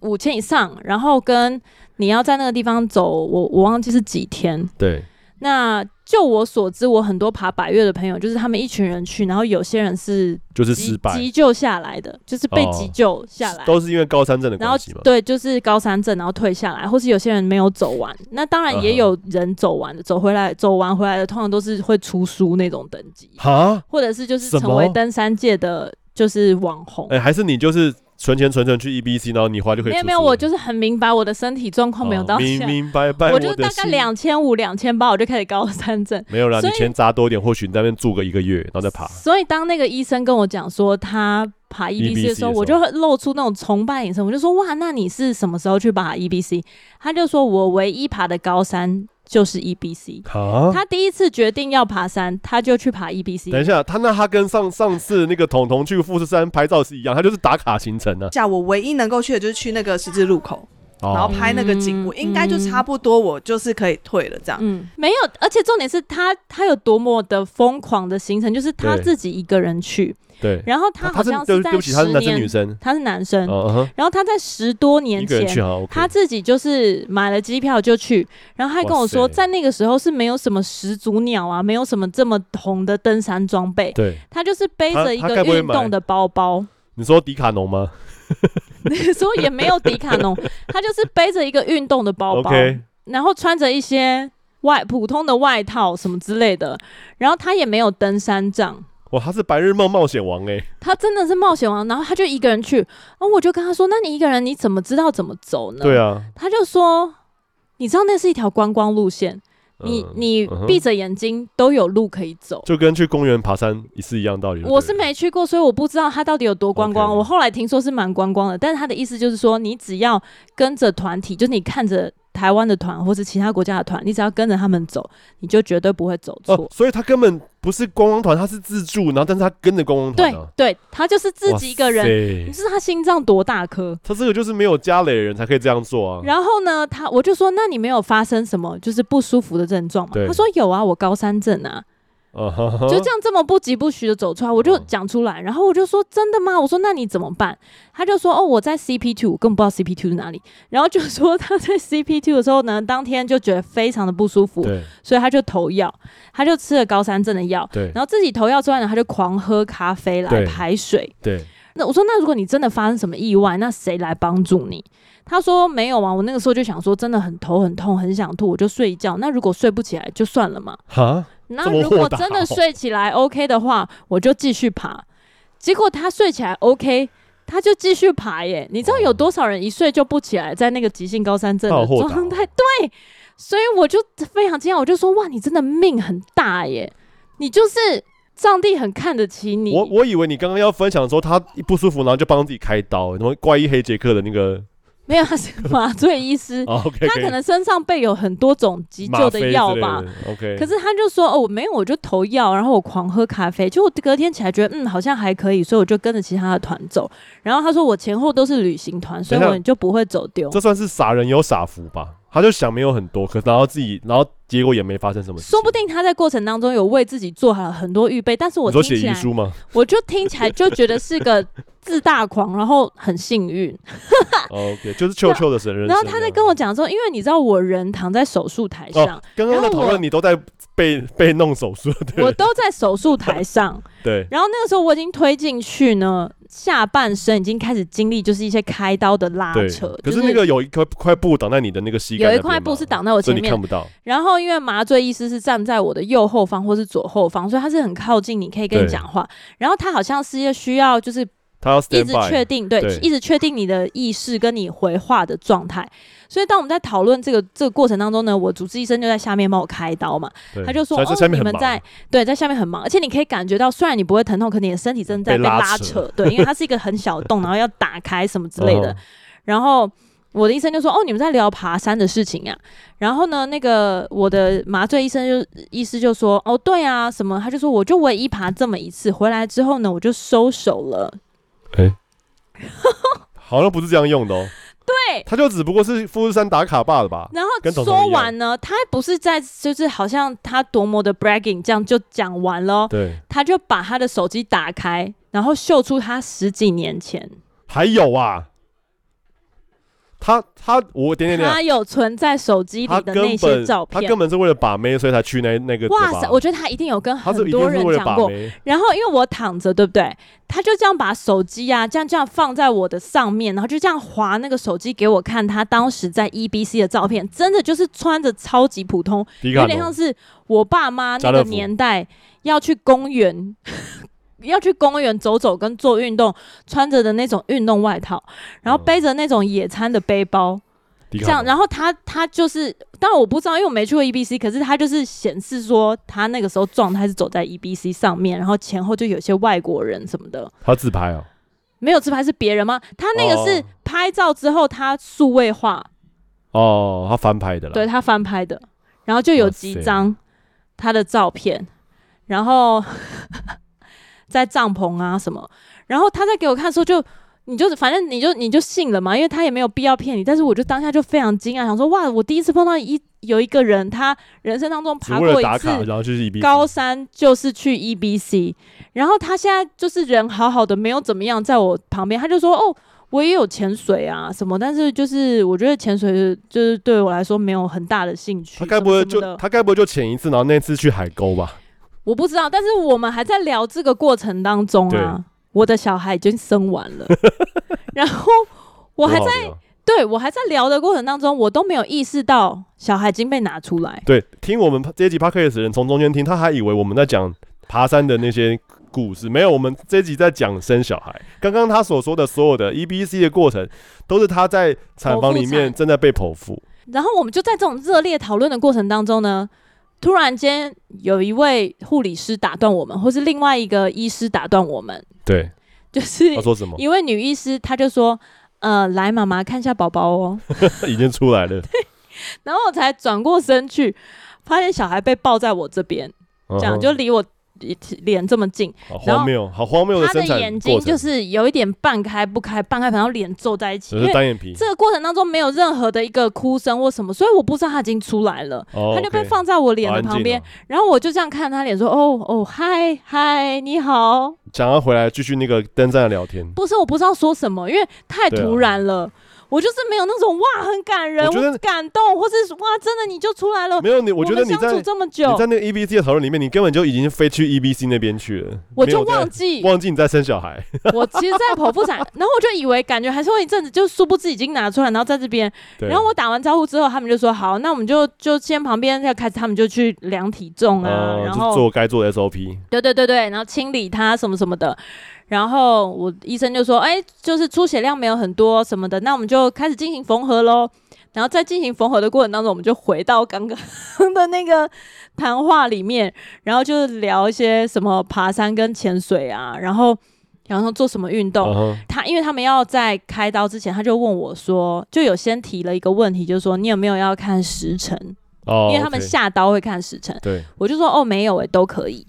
Speaker 1: 五千以上，然后跟你要在那个地方走，我我忘记是几天，
Speaker 2: 对，
Speaker 1: 那就我所知，我很多爬百越的朋友，就是他们一群人去，然后有些人是
Speaker 2: 就是
Speaker 1: 急
Speaker 2: 失败，
Speaker 1: 急救下来的，就是被
Speaker 2: 哦
Speaker 1: 急救下来，
Speaker 2: 都是因为高山症的
Speaker 1: 然后
Speaker 2: 关系嘛。
Speaker 1: 对，就是高山症，然后退下来，或是有些人没有走完。那当然
Speaker 2: 嗯
Speaker 1: 也有人走完的，走回来，走完回来的，通常都是会出书那种等级，
Speaker 2: 哈，
Speaker 1: 或者是就是
Speaker 2: 什
Speaker 1: 成为
Speaker 2: 么
Speaker 1: 登山界的就是网红。
Speaker 2: 哎、还是你就是存钱存存去 E B C，然后你花就可以
Speaker 1: 没
Speaker 2: 出
Speaker 1: 有
Speaker 2: 书了。
Speaker 1: 没有，我就是很明白我的身体状况没有
Speaker 2: 哦
Speaker 1: 到
Speaker 2: 明
Speaker 1: 下，
Speaker 2: 明白白，
Speaker 1: 我就是
Speaker 2: 的
Speaker 1: 大概
Speaker 2: 心
Speaker 1: 两千五、两千八，我就开始高山症。
Speaker 2: 没有啦，
Speaker 1: 所
Speaker 2: 你
Speaker 1: 以
Speaker 2: 钱砸多一点，或许你在那边住个一个月，然后再爬。
Speaker 1: 所以当那个医生跟我讲说他爬 EBC 的时候，
Speaker 2: E 的时候
Speaker 1: 我就露出那种崇拜眼神，我就说哇，那你是什么时候去爬 EBC？他就说我唯一爬的高山就是 EBC。
Speaker 2: 啊，
Speaker 1: 他第一次决定要爬山，他就去爬 E EBC。
Speaker 2: 等一下，他那他跟上上次那个彤彤去富士山拍照是一样，他就是打卡行程呢、
Speaker 5: 下我唯一能够去的就是去那个十字路口，
Speaker 2: 啊。
Speaker 5: 然后拍那个景，
Speaker 1: 嗯
Speaker 5: 我应该就差不多，我就是可以退了这样。
Speaker 1: 嗯，没有，而且重点是他他有多么的疯狂的行程，就是他
Speaker 2: 对
Speaker 1: 自己一个人去，
Speaker 2: 对，
Speaker 1: 然后他好
Speaker 2: 是
Speaker 1: 像
Speaker 2: 对
Speaker 1: 在
Speaker 2: 对不起，他
Speaker 1: 十
Speaker 2: 是
Speaker 1: 年，
Speaker 2: 男生女生，
Speaker 1: 他是男生，
Speaker 2: 哦嗯哼
Speaker 1: 然后他在十多年
Speaker 2: 一个
Speaker 1: 前
Speaker 2: 人去啊好 OK。
Speaker 1: 他自己就是买了机票就去，然后他跟我说，
Speaker 2: 哇塞
Speaker 1: 在那个时候是没有什么始祖鸟啊，没有什么这么红的登山装备，
Speaker 2: 对，
Speaker 1: 他就是背着一
Speaker 2: 他他
Speaker 1: 个
Speaker 2: 该不会
Speaker 1: 运动的包包，
Speaker 2: 你说迪卡侬吗
Speaker 1: 所以也没有迪卡侬，他就是背着一个运动的包包
Speaker 2: ？OK，
Speaker 1: 然后穿着一些外普通的外套什么之类的，然后他也没有登山杖。
Speaker 2: 哇，他是白日梦冒险王哎、
Speaker 1: 他真的是冒险王，然后他就一个人去，然后我就跟他说：“那你一个人你怎么知道怎么走呢？”
Speaker 2: 对啊，
Speaker 1: 他就说：“你知道那是一条观光路线，你
Speaker 2: 嗯
Speaker 1: 你
Speaker 2: 嗯哼
Speaker 1: 闭着眼睛都有路可以走。
Speaker 2: 就跟去公园爬山也是一样道理。
Speaker 1: 我是没去过，所以我不知道它到底有多观光。
Speaker 2: OK
Speaker 1: 我后来听说是蛮观光的，但是他的意思就是说，你只要跟着团体，就是你看着台湾的团或是其他国家的团，你只要跟着他们走，你就绝对不会走错。
Speaker 2: 对不对哦，所以他根本不是观光团，他是自助，然后但是他跟着观光团、
Speaker 1: 对
Speaker 2: 啊，
Speaker 1: 对，他就是自
Speaker 2: 哇
Speaker 1: 己一个人。
Speaker 2: 塞
Speaker 1: 你知道他心脏多大颗？
Speaker 2: 他这个就是没有家里人才可以这样做啊。
Speaker 1: 然后呢，他我就说，那你没有发生什么就是不舒服的症状吗？
Speaker 2: 对
Speaker 1: 他说有啊，我高山症啊。
Speaker 2: 啊哈哈
Speaker 1: 就这样这么不疾不徐的走出来，我
Speaker 2: 嗯
Speaker 1: 就讲出来，然后我就说真的吗？我说那你怎么办？他就说哦，我在 CP two，根本不知道 CP two 是哪里。 然后就说他在 CP two 的时候呢，当天就觉得非常的不舒服，
Speaker 2: 对
Speaker 1: 所以他就投药，他就吃了高山症的药，
Speaker 2: 对
Speaker 1: 然后自己投药之外呢，他就狂喝咖啡来
Speaker 2: 对
Speaker 1: 排水。
Speaker 2: 对，
Speaker 1: 那我说那如果你真的发生什么意外，那谁来帮助你？他说没有啊，我那个时候就想说真的很头很痛，很想吐，我就睡一觉。那如果睡不起来就算了嘛。
Speaker 2: 哈，
Speaker 1: 那
Speaker 2: 这么
Speaker 1: 如果
Speaker 2: 豁达
Speaker 1: 真的
Speaker 2: 哦
Speaker 1: 睡起来 OK 的话，我就继续爬。结果他睡起来 OK，他就继续爬耶。你知道有多少人一睡就不起来，在那个急性高山症
Speaker 2: 他好
Speaker 1: 的
Speaker 2: 豁达
Speaker 1: 状
Speaker 2: 哦
Speaker 1: 态？对，所以我就非常惊讶，我就说哇，你真的命很大耶，你就是上帝很看得起你。
Speaker 2: 我我以为你刚刚要分享说他一不舒服，然后就帮自己开刀，什么怪医黑杰克的 那个，
Speaker 1: 没有，他是麻醉医师
Speaker 2: 哦 OK，
Speaker 1: 他可能身上备有很多种急救的药吧。
Speaker 2: ，OK，
Speaker 1: 可是他就说哦，我没有，我就投药，然后我狂喝咖啡，就我隔天起来觉得嗯好像还可以，所以我就跟着其他的团走。然后他说我前后都是旅行团，所以
Speaker 2: 等一
Speaker 1: 我
Speaker 2: 下
Speaker 1: 就不会走丢。
Speaker 2: 这算是傻人有傻福吧？他就想没有很多，可然后自己然后结果也没发生什么事情。
Speaker 1: 说不定他在过程当中有为自己做好很多预备，但是我
Speaker 2: 你说
Speaker 1: 听
Speaker 2: 写
Speaker 1: 起
Speaker 2: 遗
Speaker 1: 来，
Speaker 2: 书吗？
Speaker 1: 我就听起来就觉得是个 自大狂，然后很幸运。
Speaker 2: 哦 OK，就是秋秋的神人生啊。
Speaker 1: 然后他在跟我讲说，因为你知道我人躺在手术台上，
Speaker 2: 哦，刚刚的讨
Speaker 1: 然后我
Speaker 2: 论你都在被被弄手术，对
Speaker 1: 我都在手术台上，
Speaker 2: 对，
Speaker 1: 然后那个时候我已经推进去呢，下半身已经开始经历就是一些开刀的拉
Speaker 2: 对
Speaker 1: 扯，，
Speaker 2: 可
Speaker 1: 就是
Speaker 2: 那个有一块块布挡在你的那个膝盖那
Speaker 1: 有一
Speaker 2: 边嘛，
Speaker 1: 块布是挡在我
Speaker 2: 所
Speaker 1: 哦前
Speaker 2: 以你
Speaker 1: 面
Speaker 2: 看，不到。
Speaker 1: 然后因为麻醉医师是站在我的右后方或是左后方，所以他是很靠近你，可以跟你
Speaker 2: 对
Speaker 1: 讲话。然后他好像是要需要就是
Speaker 2: 他要
Speaker 1: 一
Speaker 2: stand
Speaker 1: 直确
Speaker 2: by，
Speaker 1: 定，对，
Speaker 2: 对
Speaker 1: 一直确定你的意识跟你回话的状态。所以当我们在讨论这个这个过程当中呢，我主治医生就在下面帮我开刀嘛，
Speaker 2: 对
Speaker 1: 他就说
Speaker 2: 所以这下
Speaker 1: 哦，
Speaker 2: 面
Speaker 1: 你
Speaker 2: 很
Speaker 1: 们
Speaker 2: 忙
Speaker 1: 在对在下面很忙，而且你可以感觉到，虽然你不会疼痛，可你的身体正在
Speaker 2: 被
Speaker 1: 被
Speaker 2: 拉
Speaker 1: 拉
Speaker 2: 扯
Speaker 1: 扯，对，因为它是一个很小的洞，然后要打开什么之类的
Speaker 2: 哦。
Speaker 1: 然后我的医生就说：“哦，你们在聊爬山的事情啊。”然后呢，那个我的麻醉医生就医师就说：“哦，对啊，什么？”他就说：“我就唯一爬这么一次，回来之后呢，我就收手了。
Speaker 2: 好像不是这样用的哦。
Speaker 1: 对
Speaker 2: 他就只不过是富士山打卡罢了吧”？
Speaker 1: 然后
Speaker 2: 跟彤彤
Speaker 1: 说
Speaker 2: 一样
Speaker 1: 完呢，他不是在就是好像他多么的 bragging 这样就讲完了哦，
Speaker 2: 对，
Speaker 1: 他就把他的手机打开，然后秀出他十几年前
Speaker 2: 还有啊，他他我点点点，啊
Speaker 1: 他有存在手机
Speaker 2: 他
Speaker 1: 里的那
Speaker 2: 根
Speaker 1: 些
Speaker 2: 本
Speaker 1: 照
Speaker 2: 他
Speaker 1: 片
Speaker 2: 根。本是为了把妹，所以才去那那个的
Speaker 1: 哇
Speaker 2: 吧
Speaker 1: 塞！我觉得他一定有跟
Speaker 2: 他是
Speaker 1: 很
Speaker 2: 一
Speaker 1: 多
Speaker 2: 定是
Speaker 1: 人
Speaker 2: 为了
Speaker 1: 讲
Speaker 2: 把
Speaker 1: 过。
Speaker 2: 妹，
Speaker 1: 然后因为我躺着，对不对？他就这样把手机啊，这样这样放在我的上面，然后就这样划那个手机给我看他当时在 EBC 的照片，真的就是穿着超级普通，
Speaker 2: 迪卡
Speaker 1: 有点像
Speaker 2: 侬
Speaker 1: 是我爸妈
Speaker 2: 家
Speaker 1: 那
Speaker 2: 乐
Speaker 1: 个
Speaker 2: 福
Speaker 1: 年代要去公园， 要去公园走走跟做运动，穿着的那种运动外套，然后
Speaker 2: 嗯
Speaker 1: 背着那种野餐的背包，
Speaker 2: 迪
Speaker 1: 这
Speaker 2: 卡
Speaker 1: 样，
Speaker 2: 侬，
Speaker 1: 然后他他就是，但我不知道，因为我没去过 EBC，可是他就是显示说他那个时候状态是走在 EBC 上面，然后前后就有些外国人什么的，
Speaker 2: 他自拍哦，
Speaker 1: 没有自拍是别人吗？他那个是
Speaker 2: 哦
Speaker 1: 拍照之后他数位化，
Speaker 2: 哦，他翻拍的啦，
Speaker 1: 对他翻拍的，然后就有
Speaker 2: 哇
Speaker 1: 几
Speaker 2: 塞
Speaker 1: 张他的照片，然后 在帐篷啊什么，然后他在给我看的时候就。你就是反正你就你就信了嘛，因为他也没有必要骗你。但是我就当下就非常惊讶，想说哇，我第一次碰到一有一个人，他人生当中
Speaker 2: 只
Speaker 1: 爬
Speaker 2: 为
Speaker 1: 过
Speaker 2: 了
Speaker 1: 一
Speaker 2: 打卡，
Speaker 1: 次
Speaker 2: 然后就是一笔
Speaker 1: 高山，就是去 EBC，然后他现在就是人好好的，没有怎么样，在我旁边，他就说哦。我也有潜水啊，什么，但是就是我觉得潜水就是对我来说没有很大的兴趣。
Speaker 2: 他该不会
Speaker 1: 什么什么
Speaker 2: 就
Speaker 1: 的
Speaker 2: 他该不会就潜一次，然后那次去海沟吧？
Speaker 1: 我不知道，但是我们还在聊这个过程当中
Speaker 2: 对
Speaker 1: 啊，我的小孩已经生完 了，然后我还
Speaker 2: 多
Speaker 1: 在
Speaker 2: 好聊
Speaker 1: 对我还在聊的过程当中，我都没有意识到小孩已经被拿出来。
Speaker 2: 对听我们这一集 podcast 的人从中间听，他还以为我们在讲爬山的那些故事，没有，我们这一集在讲生小孩。刚刚他所说的所有的 EBC 的过程，都是他在产房里
Speaker 1: 剖腹
Speaker 2: 面
Speaker 1: 产
Speaker 2: 正在被剖腹。
Speaker 1: 然后我们就在这种热烈讨论的过程当中呢，突然间有一位护理师打断我们，或是另外一个医师打断我们，
Speaker 2: 对，
Speaker 1: 就是
Speaker 2: 他说什么？
Speaker 1: 一位女医师，她就说：“呃，来妈妈看一下宝宝哦。
Speaker 2: 已经出来了，”
Speaker 1: 然后我才转过身去，发现小孩被抱在我这边，这样
Speaker 2: 嗯哼
Speaker 1: 就离我一脸这么近，
Speaker 2: 好
Speaker 1: 然后
Speaker 2: 荒谬，好荒谬
Speaker 1: 他
Speaker 2: 生
Speaker 1: 的
Speaker 2: 产
Speaker 1: 眼睛
Speaker 2: 过程，
Speaker 1: 就是有一点半开不开，半开，然后脸皱在一起，
Speaker 2: 只
Speaker 1: 因
Speaker 2: 是
Speaker 1: 为
Speaker 2: 单眼皮。
Speaker 1: 这个过程当中没有任何的一个哭声或什么，所以我不知道他已经出来了。
Speaker 2: 哦，
Speaker 1: 他就被
Speaker 2: OK
Speaker 1: 放在我脸
Speaker 2: 好
Speaker 1: 的
Speaker 2: 安静
Speaker 1: 旁边
Speaker 2: 哦，
Speaker 1: 然后我就这样看他脸，说：“哦哦，嗨嗨，你好。
Speaker 2: 想要回来继续那个登山的聊天”。
Speaker 1: 不是，我不知道说什么，因为太
Speaker 2: 对啊
Speaker 1: 突然了，我就是没有那种哇，很感人，
Speaker 2: 我觉得
Speaker 1: 我感动，或是哇，真的你就出来了。
Speaker 2: 没有你，我觉得
Speaker 1: 呃们
Speaker 2: 你
Speaker 1: 相
Speaker 2: 在
Speaker 1: 处
Speaker 2: 你
Speaker 1: 这么久，
Speaker 2: 在那个 EBC 的讨论里面，你根本就已经飞去 EBC 那边去了，
Speaker 1: 我
Speaker 2: 没
Speaker 1: 就
Speaker 2: 有在
Speaker 1: 忘记，
Speaker 2: 忘记你在生小 孩。
Speaker 1: 我其实，在剖腹产， 然后我就以为感觉还是会一阵子，就殊不知已经拿出来，然后在这边，
Speaker 2: 对
Speaker 1: 然后我打完招呼之后，他们就说好，那我们就就先旁边要开始，他们就去量体重啊，
Speaker 2: 哦
Speaker 1: 然
Speaker 2: 就是
Speaker 1: 后
Speaker 2: 做该做的 SOP。
Speaker 1: 对对对对，然后清理它什么什么的。然后我医生就说，哎、就是出血量没有很多什么的，那我们就开始进行缝合喽。然后在进行缝合的过程当中，我们就回到刚刚的那个谈话里面，然后就是聊一些什么爬山跟潜水啊，然后然后做什么运动。
Speaker 2: 嗯哼
Speaker 1: 他因为他们要在开刀之前，他就问我说，就有先提了一个问题，就是说你有没有要看时辰？
Speaker 2: 哦，
Speaker 1: 因为他们
Speaker 2: OK
Speaker 1: 下刀会看时辰。
Speaker 2: 对
Speaker 1: 我就说哦没有诶、都可以。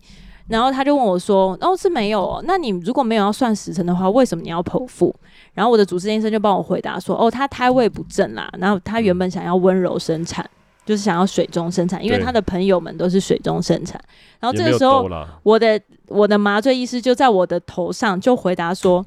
Speaker 1: 然后他就问我说：“哦，是没有哦？那你如果没有要算时辰的话，为什么你要剖腹？”然后我的主治医生就帮我回答说：“哦，他胎位不正啦，然后他原本想要温柔生产，就是想要水中生产，因为
Speaker 2: 嗯对
Speaker 1: 他的朋友们都是水中生产。然后
Speaker 2: 也
Speaker 1: 这
Speaker 2: 没
Speaker 1: 个
Speaker 2: 有
Speaker 1: 时候
Speaker 2: 兜，啦，
Speaker 1: 我的我的麻醉医师就在我的头上就回答说：“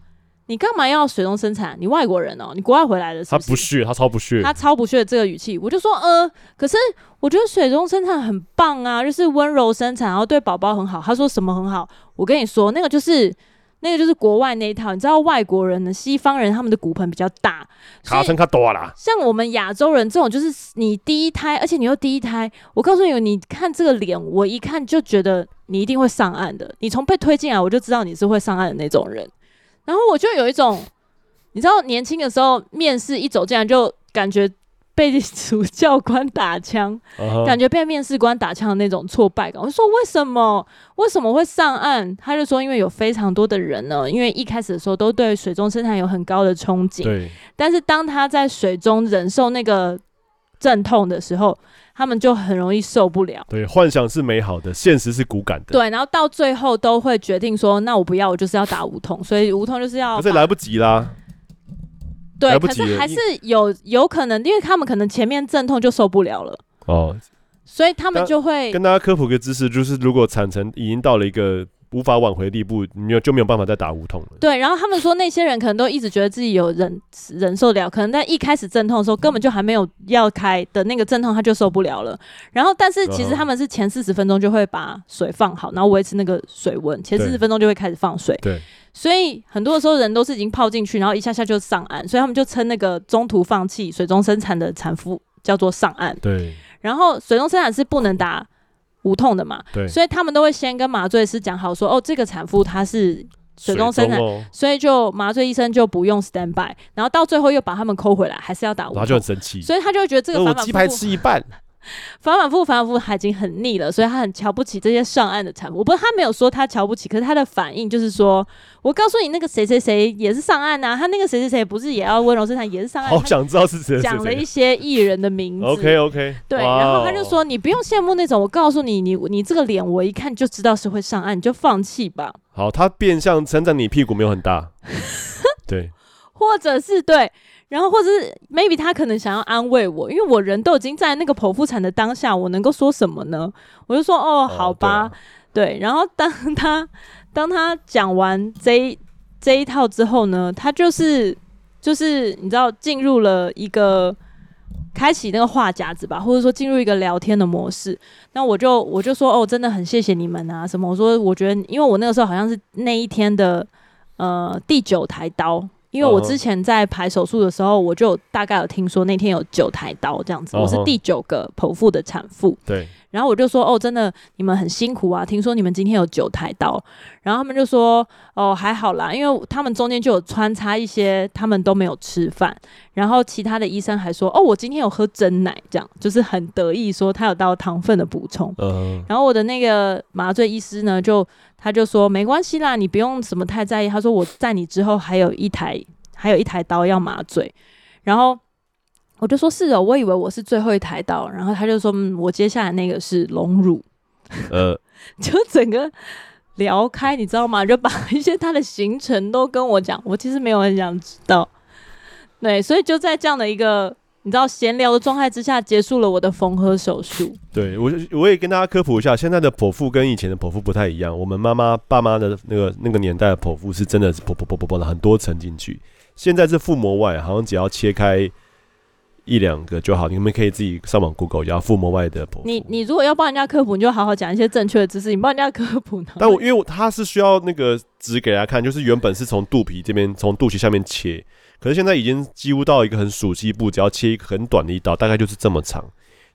Speaker 1: 你干嘛要水中生产？你外国人哦，你国外回来的是
Speaker 2: 他
Speaker 1: 不
Speaker 2: 不
Speaker 1: 是？”
Speaker 2: 屑，他超不屑，
Speaker 1: 他超不屑这个语气，我就说，呃，可是我觉得水中生产很棒啊，就是温柔生产，然后对宝宝很好。他说什么很好？我跟你说，那个就是那个就是国外那一套，你知道外国人呢，西方人他们的骨盆比较大，所
Speaker 2: 卡
Speaker 1: 以
Speaker 2: 森卡多啦，
Speaker 1: 像我们亚洲人这种，就是你第一胎，而且你又第一胎，我告诉你，你看这个脸，我一看就觉得你一定会上岸的。你从被推进来，我就知道你是会上岸的那种人。然后我就有一种，你知道，年轻的时候面试一走进来就感觉被 主教官打枪，
Speaker 2: 嗯哼
Speaker 1: 感觉被面试官打枪的那种挫败感。我就说为什么？为什么会上岸？他就说，因为有非常多的人呢，因为一开始的时候都对水中生态有很高的憧憬。
Speaker 2: 对，
Speaker 1: 但是当他在水中忍受那个阵痛的时候，他们就很容易受不了。
Speaker 2: 对，幻想是美好的，现实是骨感的。
Speaker 1: 对，然后到最后都会决定说，那我不要，我就是要打无痛，所以无痛就是要
Speaker 2: 可是
Speaker 1: 把
Speaker 2: 来不及啦，
Speaker 1: 对，
Speaker 2: 来不
Speaker 1: 可
Speaker 2: 及
Speaker 1: 是
Speaker 2: 了
Speaker 1: 还
Speaker 2: 因
Speaker 1: 是有有可能，因为他们可能前面阵痛就受不了了，
Speaker 2: 哦，
Speaker 1: 所以他们
Speaker 2: 但
Speaker 1: 就会
Speaker 2: 跟大家科普个知识，就是如果产程已经到了一个无法挽回的地步，你没有就没有办法再打无痛了。
Speaker 1: 对，然后他们说那些人可能都一直觉得自己有忍忍受得了，可能在一开始阵痛的时候根本就还没有要开的那个阵痛他就受不了了。然后但是其实
Speaker 2: 嗯
Speaker 1: 他们是前四十分钟就会把水放好，然后维持那个水温，前四
Speaker 2: 对
Speaker 1: 十分钟就会开始放水。
Speaker 2: 对，
Speaker 1: 所以很多的时候人都是已经泡进去，然后一下下就上岸，所以他们就称那个中途放弃水中生产的产妇叫做上岸。
Speaker 2: 对
Speaker 1: 然后水中生产是不能打无痛的嘛，
Speaker 2: 对，
Speaker 1: 所以他们都会先跟麻醉师讲好说，哦，这个产妇她是水中生产
Speaker 2: 哦，
Speaker 1: 所以就麻醉医生就不用 stand by，然后到最后又把他们抠回来，还是要打无
Speaker 2: 然后就
Speaker 1: 痛
Speaker 2: 很，生气。
Speaker 1: 所以他就会觉得哦这个
Speaker 2: 呃我
Speaker 1: 反反
Speaker 2: 鸡排
Speaker 1: 复复、
Speaker 2: 吃一半，
Speaker 1: 反反复复、反反复复，他已经很腻了，所以他很瞧不起这些上岸的产妇。我不是他没有说他瞧不起，可是他的反应就是说，我告诉你，那个谁谁谁也是上岸啊，他那个谁谁谁不是也要温柔生产，也是上岸，
Speaker 2: 好
Speaker 1: 他
Speaker 2: 想知道是谁谁
Speaker 1: 讲了
Speaker 2: 谁
Speaker 1: 一。些艺人的名字。
Speaker 2: OK 哦 OK，
Speaker 1: 对，然后他就说：“你不用羡慕那种，我告诉你，你你这个脸我一看就知道是会上岸，你就放弃吧。”：“
Speaker 2: 好，他变相称赞你屁股没有很 大。”对，
Speaker 1: 或者是对，然后或者是 maybe 他可能想要安慰我，因为我人都已经在那个剖腹产的当下，我能够说什么呢？我就说哦，好吧，
Speaker 2: 哦
Speaker 1: 对。然后当他 当他讲完这一这一套之后呢，他就是就是你知道进入了一个。开启那个话匣子吧，或者说进入一个聊天的模式。那我就我就说哦，真的很谢谢你们啊，什么？我说我觉得，因为我那个时候好像是那一天的呃第九台刀，因为我
Speaker 2: 嗯哼
Speaker 1: 之前在排手术的时候，我就有大概有听说那天有九台刀这样子，我是
Speaker 2: 嗯哼
Speaker 1: 第九个剖腹的产妇。
Speaker 2: 对
Speaker 1: 然后我就说哦，真的你们很辛苦啊，听说你们今天有九台刀，然后他们就说哦还好啦，因为他们中间就有穿插一些他们都没有吃饭，然后其他的医生还说哦我今天有喝真奶，这样就是很得意说他有到糖分的补充。
Speaker 2: 对，嗯，
Speaker 1: 然后我的那个麻醉医师呢，就他就说没关系啦，你不用什么太在意。他说我在你之后还有一台还有一台刀要麻醉，然后我就说是哦，我以为我是最后一台刀，然后他就说嗯，我接下来那个是隆乳，
Speaker 2: 呃，
Speaker 1: 就整个聊开，你知道吗？就把一些他的行程都跟我讲，我其实没有很想知道。对，所以就在这样的一个你知道闲聊的状态之下，结束了我的缝合手术。
Speaker 2: 对我就我也跟大家科普一下，现在的剖腹跟以前的剖腹不太一样。我们妈妈、爸妈的那个那个年代的剖腹是真的是剖剖剖剖剖的很多层进去，现在是腹膜外，好像只要切开一两个就好。你们可以自己上网 Google 一下腹膜外的剖腹。
Speaker 1: 你你如果要帮人家科普，你就好好讲一些正确的知识，你帮人家科普呢？
Speaker 2: 但我因为我它是需要那个纸给大家看，就是原本是从肚皮这边从肚脐下面切，可是现在已经几乎到一个很熟悉部，只要切一个很短的一刀，大概就是这么长。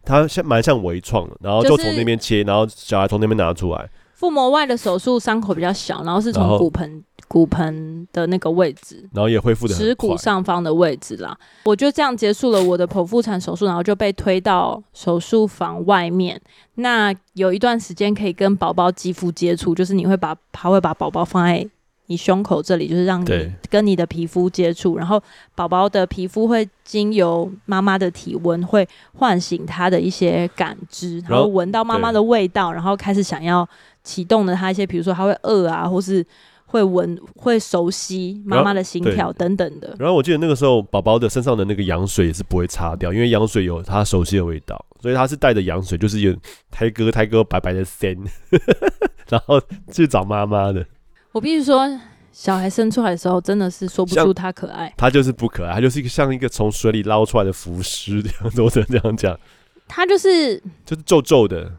Speaker 2: 它像蛮像微创的，然后就
Speaker 1: 就是
Speaker 2: 从那边切，然后小孩从那边拿出来。
Speaker 1: 腹膜外的手术伤口比较小，然后是
Speaker 2: 然后
Speaker 1: 从骨盆骨盆的那个位置，
Speaker 2: 然后也恢复的
Speaker 1: 耻
Speaker 2: 很快
Speaker 1: 骨。上方的位置啦。我就这样结束了我的剖腹产手术，然后就被推到手术房外面。那有一段时间可以跟宝宝肌肤接触，就是你会把他会把宝宝放在你胸口这里，就是让
Speaker 2: 对
Speaker 1: 你跟你的皮肤接触，然后宝宝的皮肤会经由妈妈的体温，会唤醒他的一些感知，
Speaker 2: 然
Speaker 1: 然
Speaker 2: 后
Speaker 1: 后闻到妈妈
Speaker 2: 对
Speaker 1: 的味道，然后开始想要启动了他一些，比如说他会饿啊，或是。会闻、会熟悉妈妈的心
Speaker 2: 然
Speaker 1: 跳
Speaker 2: 后
Speaker 1: 等等的，
Speaker 2: 然后我记得那个时候，宝宝的身上的那个羊水也是不会擦掉，因为羊水有它熟悉的味道，所以他是带着羊水，就是有胎哥胎哥白白的森， 然后去找妈妈的。
Speaker 1: 我必须说，小孩生出来的时候真的是说不
Speaker 2: 像
Speaker 1: 出他可爱，
Speaker 2: 他就是不可爱，他就是一个像一个从水里捞出来的浮尸这样子，我只能这样讲，
Speaker 1: 他就是
Speaker 2: 就是皱皱的，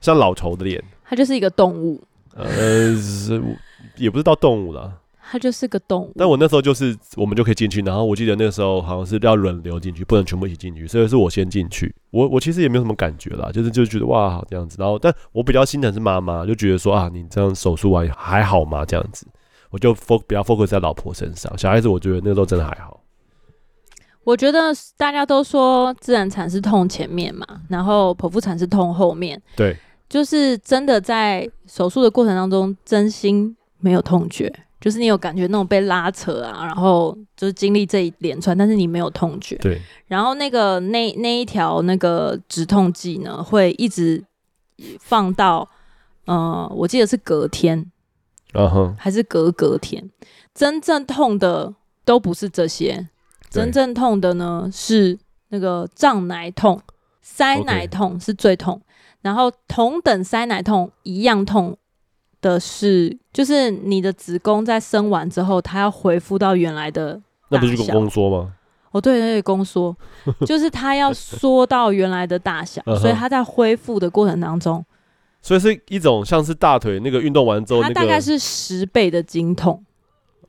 Speaker 2: 像老头的脸，
Speaker 1: 他就是一个动物，
Speaker 2: 呃，是也不是到动物啦。
Speaker 1: 他就是个动物。
Speaker 2: 但我那时候就是我们就可以进去，然后我记得那个时候好像是要轮流进去，不能全部一起进去，所以是我先进去。我我其实也没有什么感觉啦，就是就觉得哇好这样子。然后但我比较心疼是妈妈，就觉得说啊你这样手术完还好吗？这样子，我就 fo 比较 focus 在老婆身上。小孩子我觉得那时候真的还好，
Speaker 1: 我觉得大家都说自然产是痛前面嘛，然后剖腹产是痛后面，
Speaker 2: 对，
Speaker 1: 就是真的在手术的过程当中，真心没有痛觉，就是你有感觉那种被拉扯啊，然后就是经历这一连串，但是你没有痛觉。
Speaker 2: 对，
Speaker 1: 然后那个那那一条那个止痛剂呢，会一直放到呃，我记得是隔天
Speaker 2: 嗯哼，
Speaker 1: 还是隔隔天，真正痛的都不是这些，
Speaker 2: 对
Speaker 1: 真正痛的呢是那个胀奶痛、塞奶痛是最痛然后同等塞奶痛一样痛的是，就是你的子宫在生完之后，它要恢复到原来的
Speaker 2: 那不是
Speaker 1: 大
Speaker 2: 宫
Speaker 1: 小
Speaker 2: 宫缩吗？
Speaker 1: 哦，对对对，宫 缩，就是它要缩到原来的大小
Speaker 2: 嗯，哼
Speaker 1: 所以它在恢复的过程当中，
Speaker 2: 所以是一种像是大腿那个运动完之后
Speaker 1: 它
Speaker 2: 那个
Speaker 1: 大概是十倍的经痛。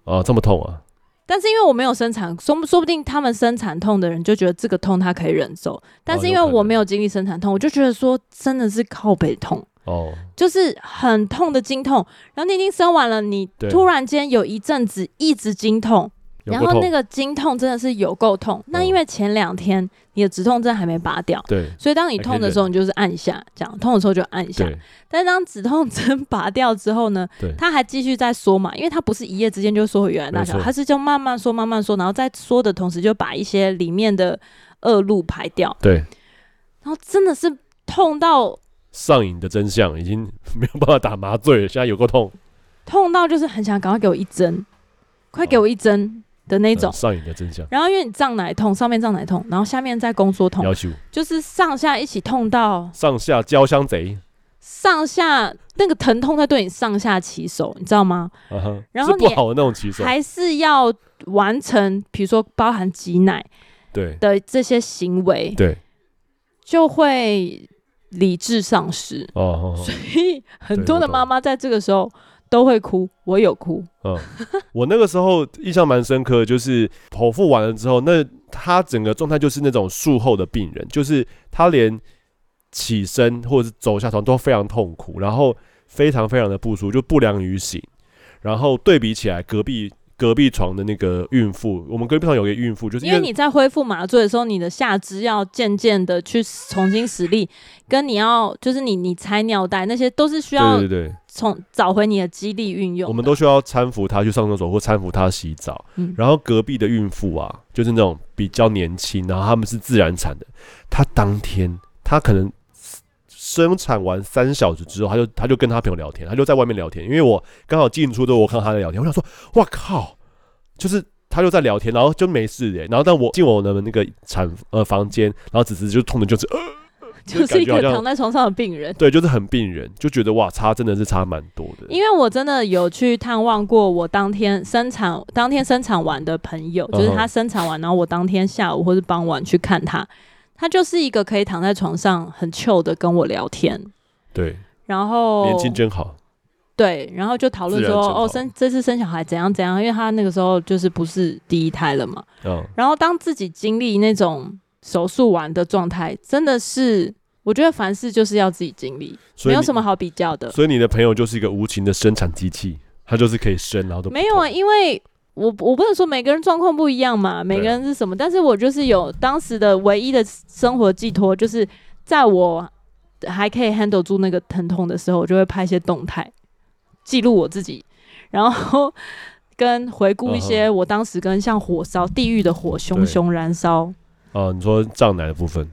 Speaker 2: 啊这么痛啊，
Speaker 1: 但是因为我没有生产，说不说不定他们生产痛的人就觉得这个痛他可以忍受，但是因为
Speaker 2: 哦有可能
Speaker 1: 我没有经历生产痛，我就觉得说真的是靠背痛，
Speaker 2: 哦，
Speaker 1: 就是很痛的经痛。然后你已经生完了，你
Speaker 2: 对
Speaker 1: 突然间有一阵子一直经痛，
Speaker 2: 有
Speaker 1: 然
Speaker 2: 过
Speaker 1: 后
Speaker 2: 痛
Speaker 1: 那个经痛真的是有够痛。那
Speaker 2: 嗯
Speaker 1: 因为前两天你的止痛针还没拔掉，
Speaker 2: 对
Speaker 1: 所以当你痛的时候，你就是按一下，这样痛的时候就按一下。
Speaker 2: 对
Speaker 1: 但是当止痛针拔掉之后呢
Speaker 2: 对，
Speaker 1: 它还继续在缩嘛，因为它不是一夜之间就缩回原来大
Speaker 2: 没
Speaker 1: 小，
Speaker 2: 错
Speaker 1: 它是就慢慢缩、慢慢缩，然后在缩的同时就把一些里面的恶露排掉，
Speaker 2: 对，
Speaker 1: 然后真的是痛到
Speaker 2: 上瘾的真相已经没有办法打麻醉了，现在有够痛
Speaker 1: 痛到就是很想赶快给我一针，快给我一针的那
Speaker 2: 那
Speaker 1: 种。
Speaker 2: 嗯上瘾的真相。
Speaker 1: 然后因为你胀奶痛，上面胀奶痛，然后下面再宫缩痛
Speaker 2: 要，求
Speaker 1: 就是上下一起痛到
Speaker 2: 上下交相贼，
Speaker 1: 上下那个疼痛在对你上下其手，你知道吗？
Speaker 2: 啊哈，
Speaker 1: 然后
Speaker 2: 是
Speaker 1: 你
Speaker 2: 不好的那种骑手，
Speaker 1: 还是要完成，比如说包含挤奶
Speaker 2: 对
Speaker 1: 的这些行为，
Speaker 2: 对
Speaker 1: 就会理智丧失。
Speaker 2: 哦，哦
Speaker 1: 所以很多的妈妈在这个时候都会哭，我有哭。
Speaker 2: 哦 我那个时候印象蛮深刻的，就是剖腹完了之后，那他整个状态就是那种术后的病人，就是他连起身或者是走下床都非常痛苦，然后非常非常的不舒服，就不良于行。然后对比起来，隔壁隔壁床的那个孕妇，我们隔壁床有个孕妇，就是
Speaker 1: 因为你在恢复麻醉的时候，你的下肢要渐渐的去重新使力，跟你要就是你你拆尿袋那些都是需要
Speaker 2: 对对对，
Speaker 1: 从找回你的肌力运用的。
Speaker 2: 我们都需要搀扶她去上厕所或搀扶她洗澡。
Speaker 1: 嗯
Speaker 2: 然后隔壁的孕妇啊，就是那种比较年轻，然后他们是自然产的，她当天她可能生产完三小时之后，她就她就跟她朋友聊天，她就在外面聊天，因为我刚好进出的时候我看到她在聊天，我想说，哇靠，就是。她就在聊天，然后就没事的。然后但我进我的那个产呃房间，然后只是就痛的就是、呃、
Speaker 1: 就是一
Speaker 2: 感
Speaker 1: 个
Speaker 2: 觉好像
Speaker 1: 躺在床上的病人。
Speaker 2: 对，就是很病人，就觉得哇差真的是差蛮多的。
Speaker 1: 因为我真的有去探望过我当天生产当天生产完的朋友，就是
Speaker 2: 嗯哼
Speaker 1: 他生产完，然后我当天下午或是傍晚去看他，他就是一个可以躺在床上很 chill 的跟我聊天，
Speaker 2: 对，
Speaker 1: 然后
Speaker 2: 年轻真好。
Speaker 1: 对，然后就讨论
Speaker 2: 自然
Speaker 1: 说
Speaker 2: 成熟
Speaker 1: 哦生这次生小孩怎样怎样，因为他那个时候就是不是第一胎了嘛，
Speaker 2: 嗯，
Speaker 1: 然后当自己经历那种手术完的状态，真的是我觉得凡事就是要自己经历，
Speaker 2: 所
Speaker 1: 没
Speaker 2: 以
Speaker 1: 有
Speaker 2: 你
Speaker 1: 什么好比较的。
Speaker 2: 所以你的朋友就是一个无情的生产机器，他就是可以生，然后都不
Speaker 1: 没有啊，
Speaker 2: 痛啊
Speaker 1: 因为我我不能说每个人状况不一样嘛，每个人是什么，但是我就是有当时的唯一的生活寄托，就是在我还可以 handle 住那个疼痛的时候，我就会拍一些动态记录我自己，然后跟回顾一些
Speaker 2: 嗯
Speaker 1: 我当时跟像火烧地狱的火熊熊燃烧
Speaker 2: 啊，你说胀奶的部分，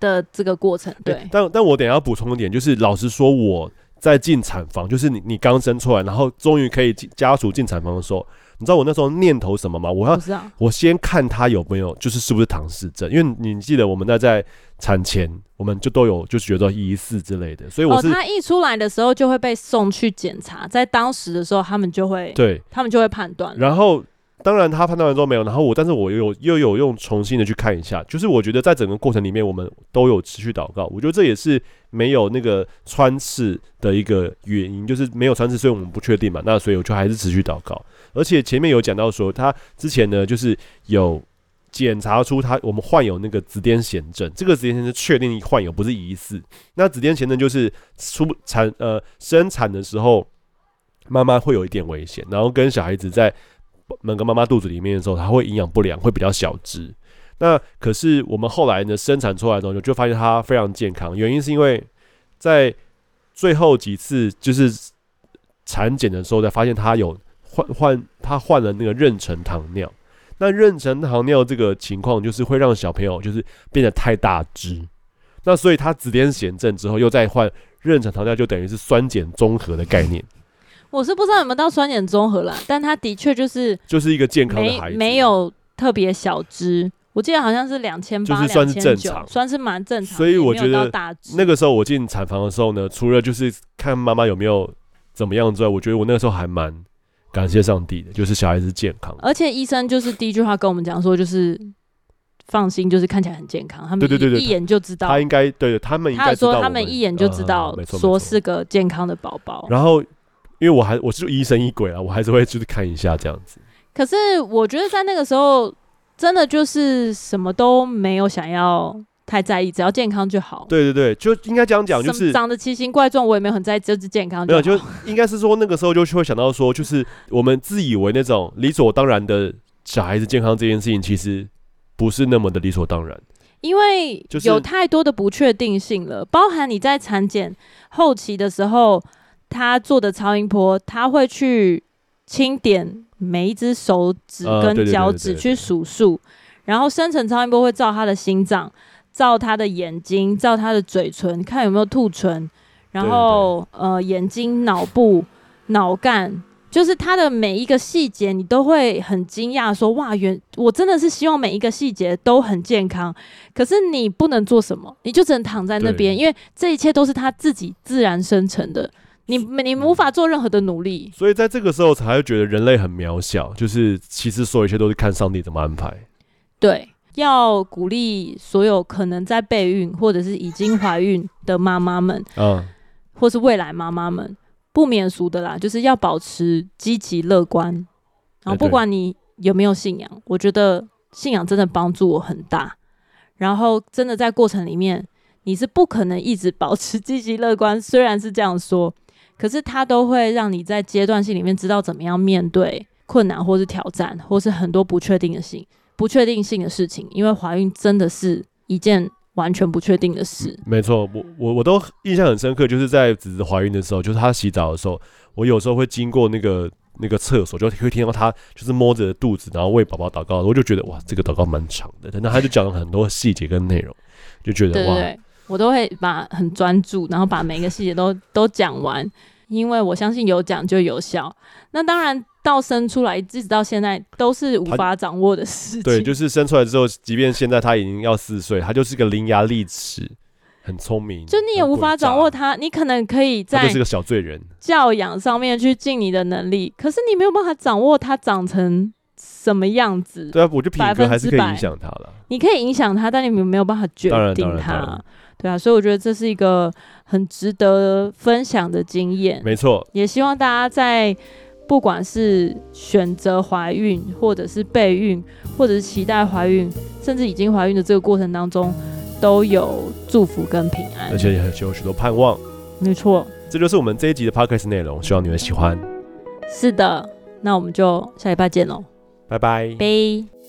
Speaker 1: 的这个过程，对
Speaker 2: 诶。但但我等一下要补充一点，就是老实说，我在进产房，就是你你刚生出来，然后终于可以进家属进产房的时候，你知道我那时候念头什么吗？我要
Speaker 1: 不知道，
Speaker 2: 我先看他有没有，就是是不是唐氏症，因为你记得我们那在产前，我们就都有就觉得疑似之类的，所以我
Speaker 1: 哦，
Speaker 2: 是、
Speaker 1: 他一出来的时候就会被送去检查，在当时的时候，他们就会，
Speaker 2: 对。
Speaker 1: 他们就会判断了。
Speaker 2: 然后当然他判断完之后没有，然后我但是我又有又有用重新的去看一下，就是我觉得在整个过程里面我们都有持续祷告，我觉得这也是没有那个穿刺的一个原因，就是没有穿刺，所以我们不确定嘛，那所以我就还是持续祷告，而且前面有讲到说他之前呢就是有。检查出他我们患有那个紫癜痫症，这个紫癜痫症确定患有，不是疑似。那紫癜痫症就是出产呃生产的时候，妈妈会有一点危险，然后跟小孩子在那个妈妈肚子里面的时候，它会营养不良，会比较小只。那可是我们后来呢，生产出来之后就发现它非常健康，原因是因为在最后几次就是产检的时候，才发现它有患患它患了那个妊娠糖尿。那妊娠糖尿这个情况，就是会让小朋友就是变得太大只。那所以他紫癜痫症之后又再患妊娠糖尿，就等于是酸碱综合的概念，
Speaker 1: 我是不知道有没有到酸碱综合啦，但他的确就是
Speaker 2: 就是一个健康的
Speaker 1: 没
Speaker 2: 孩子
Speaker 1: 没有特别小只，我记得好像是两千
Speaker 2: 就
Speaker 1: 八、
Speaker 2: 是算是
Speaker 1: 两
Speaker 2: 正
Speaker 1: 千九
Speaker 2: 常，
Speaker 1: 算是蛮正常的，
Speaker 2: 所以我
Speaker 1: 也没有
Speaker 2: 觉得
Speaker 1: 到大只
Speaker 2: 那个时候我进产房的时候呢，除了就是看妈妈有没有怎么样之外，我觉得我那个时候还蛮感谢上帝的，就是小孩子健康。
Speaker 1: 而且医生就是第一句话跟我们讲说，就是放心，就是看起来很健康，他们
Speaker 2: 对对
Speaker 1: 一
Speaker 2: 对对
Speaker 1: 一眼就知道。
Speaker 2: 他应该对他们应
Speaker 1: 他
Speaker 2: 该
Speaker 1: 有
Speaker 2: 知道
Speaker 1: 说
Speaker 2: 我
Speaker 1: 他们一眼就知道
Speaker 2: 嗯没，错
Speaker 1: 说。
Speaker 2: 没错
Speaker 1: 是个健康的宝宝。
Speaker 2: 然后，因为我还我是疑神疑鬼啊，我还是会就是看一下这样子。
Speaker 1: 可是我觉得在那个时候，真的就是什么都没有想要太在意，只要健康就好。
Speaker 2: 对对对，就应该这样讲，就
Speaker 1: 什么
Speaker 2: 是
Speaker 1: 长得奇形怪状，我也没有很在意，就是健康
Speaker 2: 没
Speaker 1: 就
Speaker 2: 有，
Speaker 1: 好。
Speaker 2: 就应该是说那个时候就会想到说，就是我们自以为那种理所当然的小孩子健康这件事情，其实不是那么的理所当然。
Speaker 1: 因为
Speaker 2: 就是
Speaker 1: 有太多的不确定性了，包含你在产检后期的时候，他做的超音波，他会去清点每一只手指
Speaker 2: 呃对
Speaker 1: 跟
Speaker 2: 对对
Speaker 1: 脚
Speaker 2: 对
Speaker 1: 趾
Speaker 2: 对
Speaker 1: 去数数，然后深层超音波会照他的心脏，照他的眼睛，照他的嘴唇，看有没有兔唇，然后呃眼睛、脑部、脑干。就是他的每一个细节，你都会很惊讶，说哇，原我真的是希望每一个细节都很健康，可是你不能做什么，你就只能躺在那边，
Speaker 2: 对
Speaker 1: 因为这一切都是他自己自然生成的，你你无法做任何的努力。
Speaker 2: 所以在这个时候才会觉得人类很渺小，就是其实所有一切都是看上帝怎么安排。
Speaker 1: 对，要鼓励所有可能在备孕或者是已经怀孕的妈妈们，
Speaker 2: 嗯，
Speaker 1: 或是未来妈妈们，不免俗的啦，就是要保持积极乐观。然后
Speaker 2: 哎对
Speaker 1: 不管你有没有信仰，我觉得信仰真的帮助我很大。然后真的在过程里面，你是不可能一直保持积极乐观，虽然是这样说，可是它都会让你在阶段性里面知道怎么样面对困难或是挑战，或是很多不确定的性、不确定性的事情，因为怀孕真的是一件完全不确定的事。
Speaker 2: 没错，我我我都印象很深刻，就是在子子怀孕的时候，就是她洗澡的时候，我有时候会经过那个那个厕所，就会听到她就是摸着肚子，然后为宝宝祷告，我就觉得哇，这个祷告蛮长的，但她就讲了很多细节跟内容，就觉
Speaker 1: 对
Speaker 2: 得
Speaker 1: 对
Speaker 2: 哇，
Speaker 1: 对，我都会把很专注，然后把每个细节都 都讲完，因为我相信有讲就有效。那当然，到生出来一直到现在都是无
Speaker 2: 他
Speaker 1: 法掌握的事情。
Speaker 2: 对，就是生出来之后，即便现在她已经要四岁，她就是个伶牙俐齿，很聪明，
Speaker 1: 就你也
Speaker 2: 很
Speaker 1: 无法
Speaker 2: 诡诈
Speaker 1: 掌握，它，你可能可以
Speaker 2: 她
Speaker 1: 在
Speaker 2: 就是个小罪人。
Speaker 1: 教养上面去尽你的能力，可是你没有办法掌握它长成什么样子。
Speaker 2: 对啊，我觉得品
Speaker 1: 百
Speaker 2: 格
Speaker 1: 分
Speaker 2: 还是
Speaker 1: 之
Speaker 2: 可以
Speaker 1: 百
Speaker 2: 影响她了。
Speaker 1: 你可以影响他，但你们没有办法决
Speaker 2: 当然当
Speaker 1: 定
Speaker 2: 然当
Speaker 1: 他
Speaker 2: 然。
Speaker 1: 对啊，所以我觉得这是一个很值得分享的经验。
Speaker 2: 没错，
Speaker 1: 也希望大家在不管是选择怀孕，或者是备孕，或者是期待怀孕，甚至已经怀孕的这个过程当中，都有祝福跟平安
Speaker 2: 而。且也有许多盼望。
Speaker 1: 没错，
Speaker 2: 这就是我们这一集的 podcast 内容，希望你会喜欢。
Speaker 1: 是的。那我们就下礼拜见喽，
Speaker 2: 拜拜。
Speaker 1: 拜。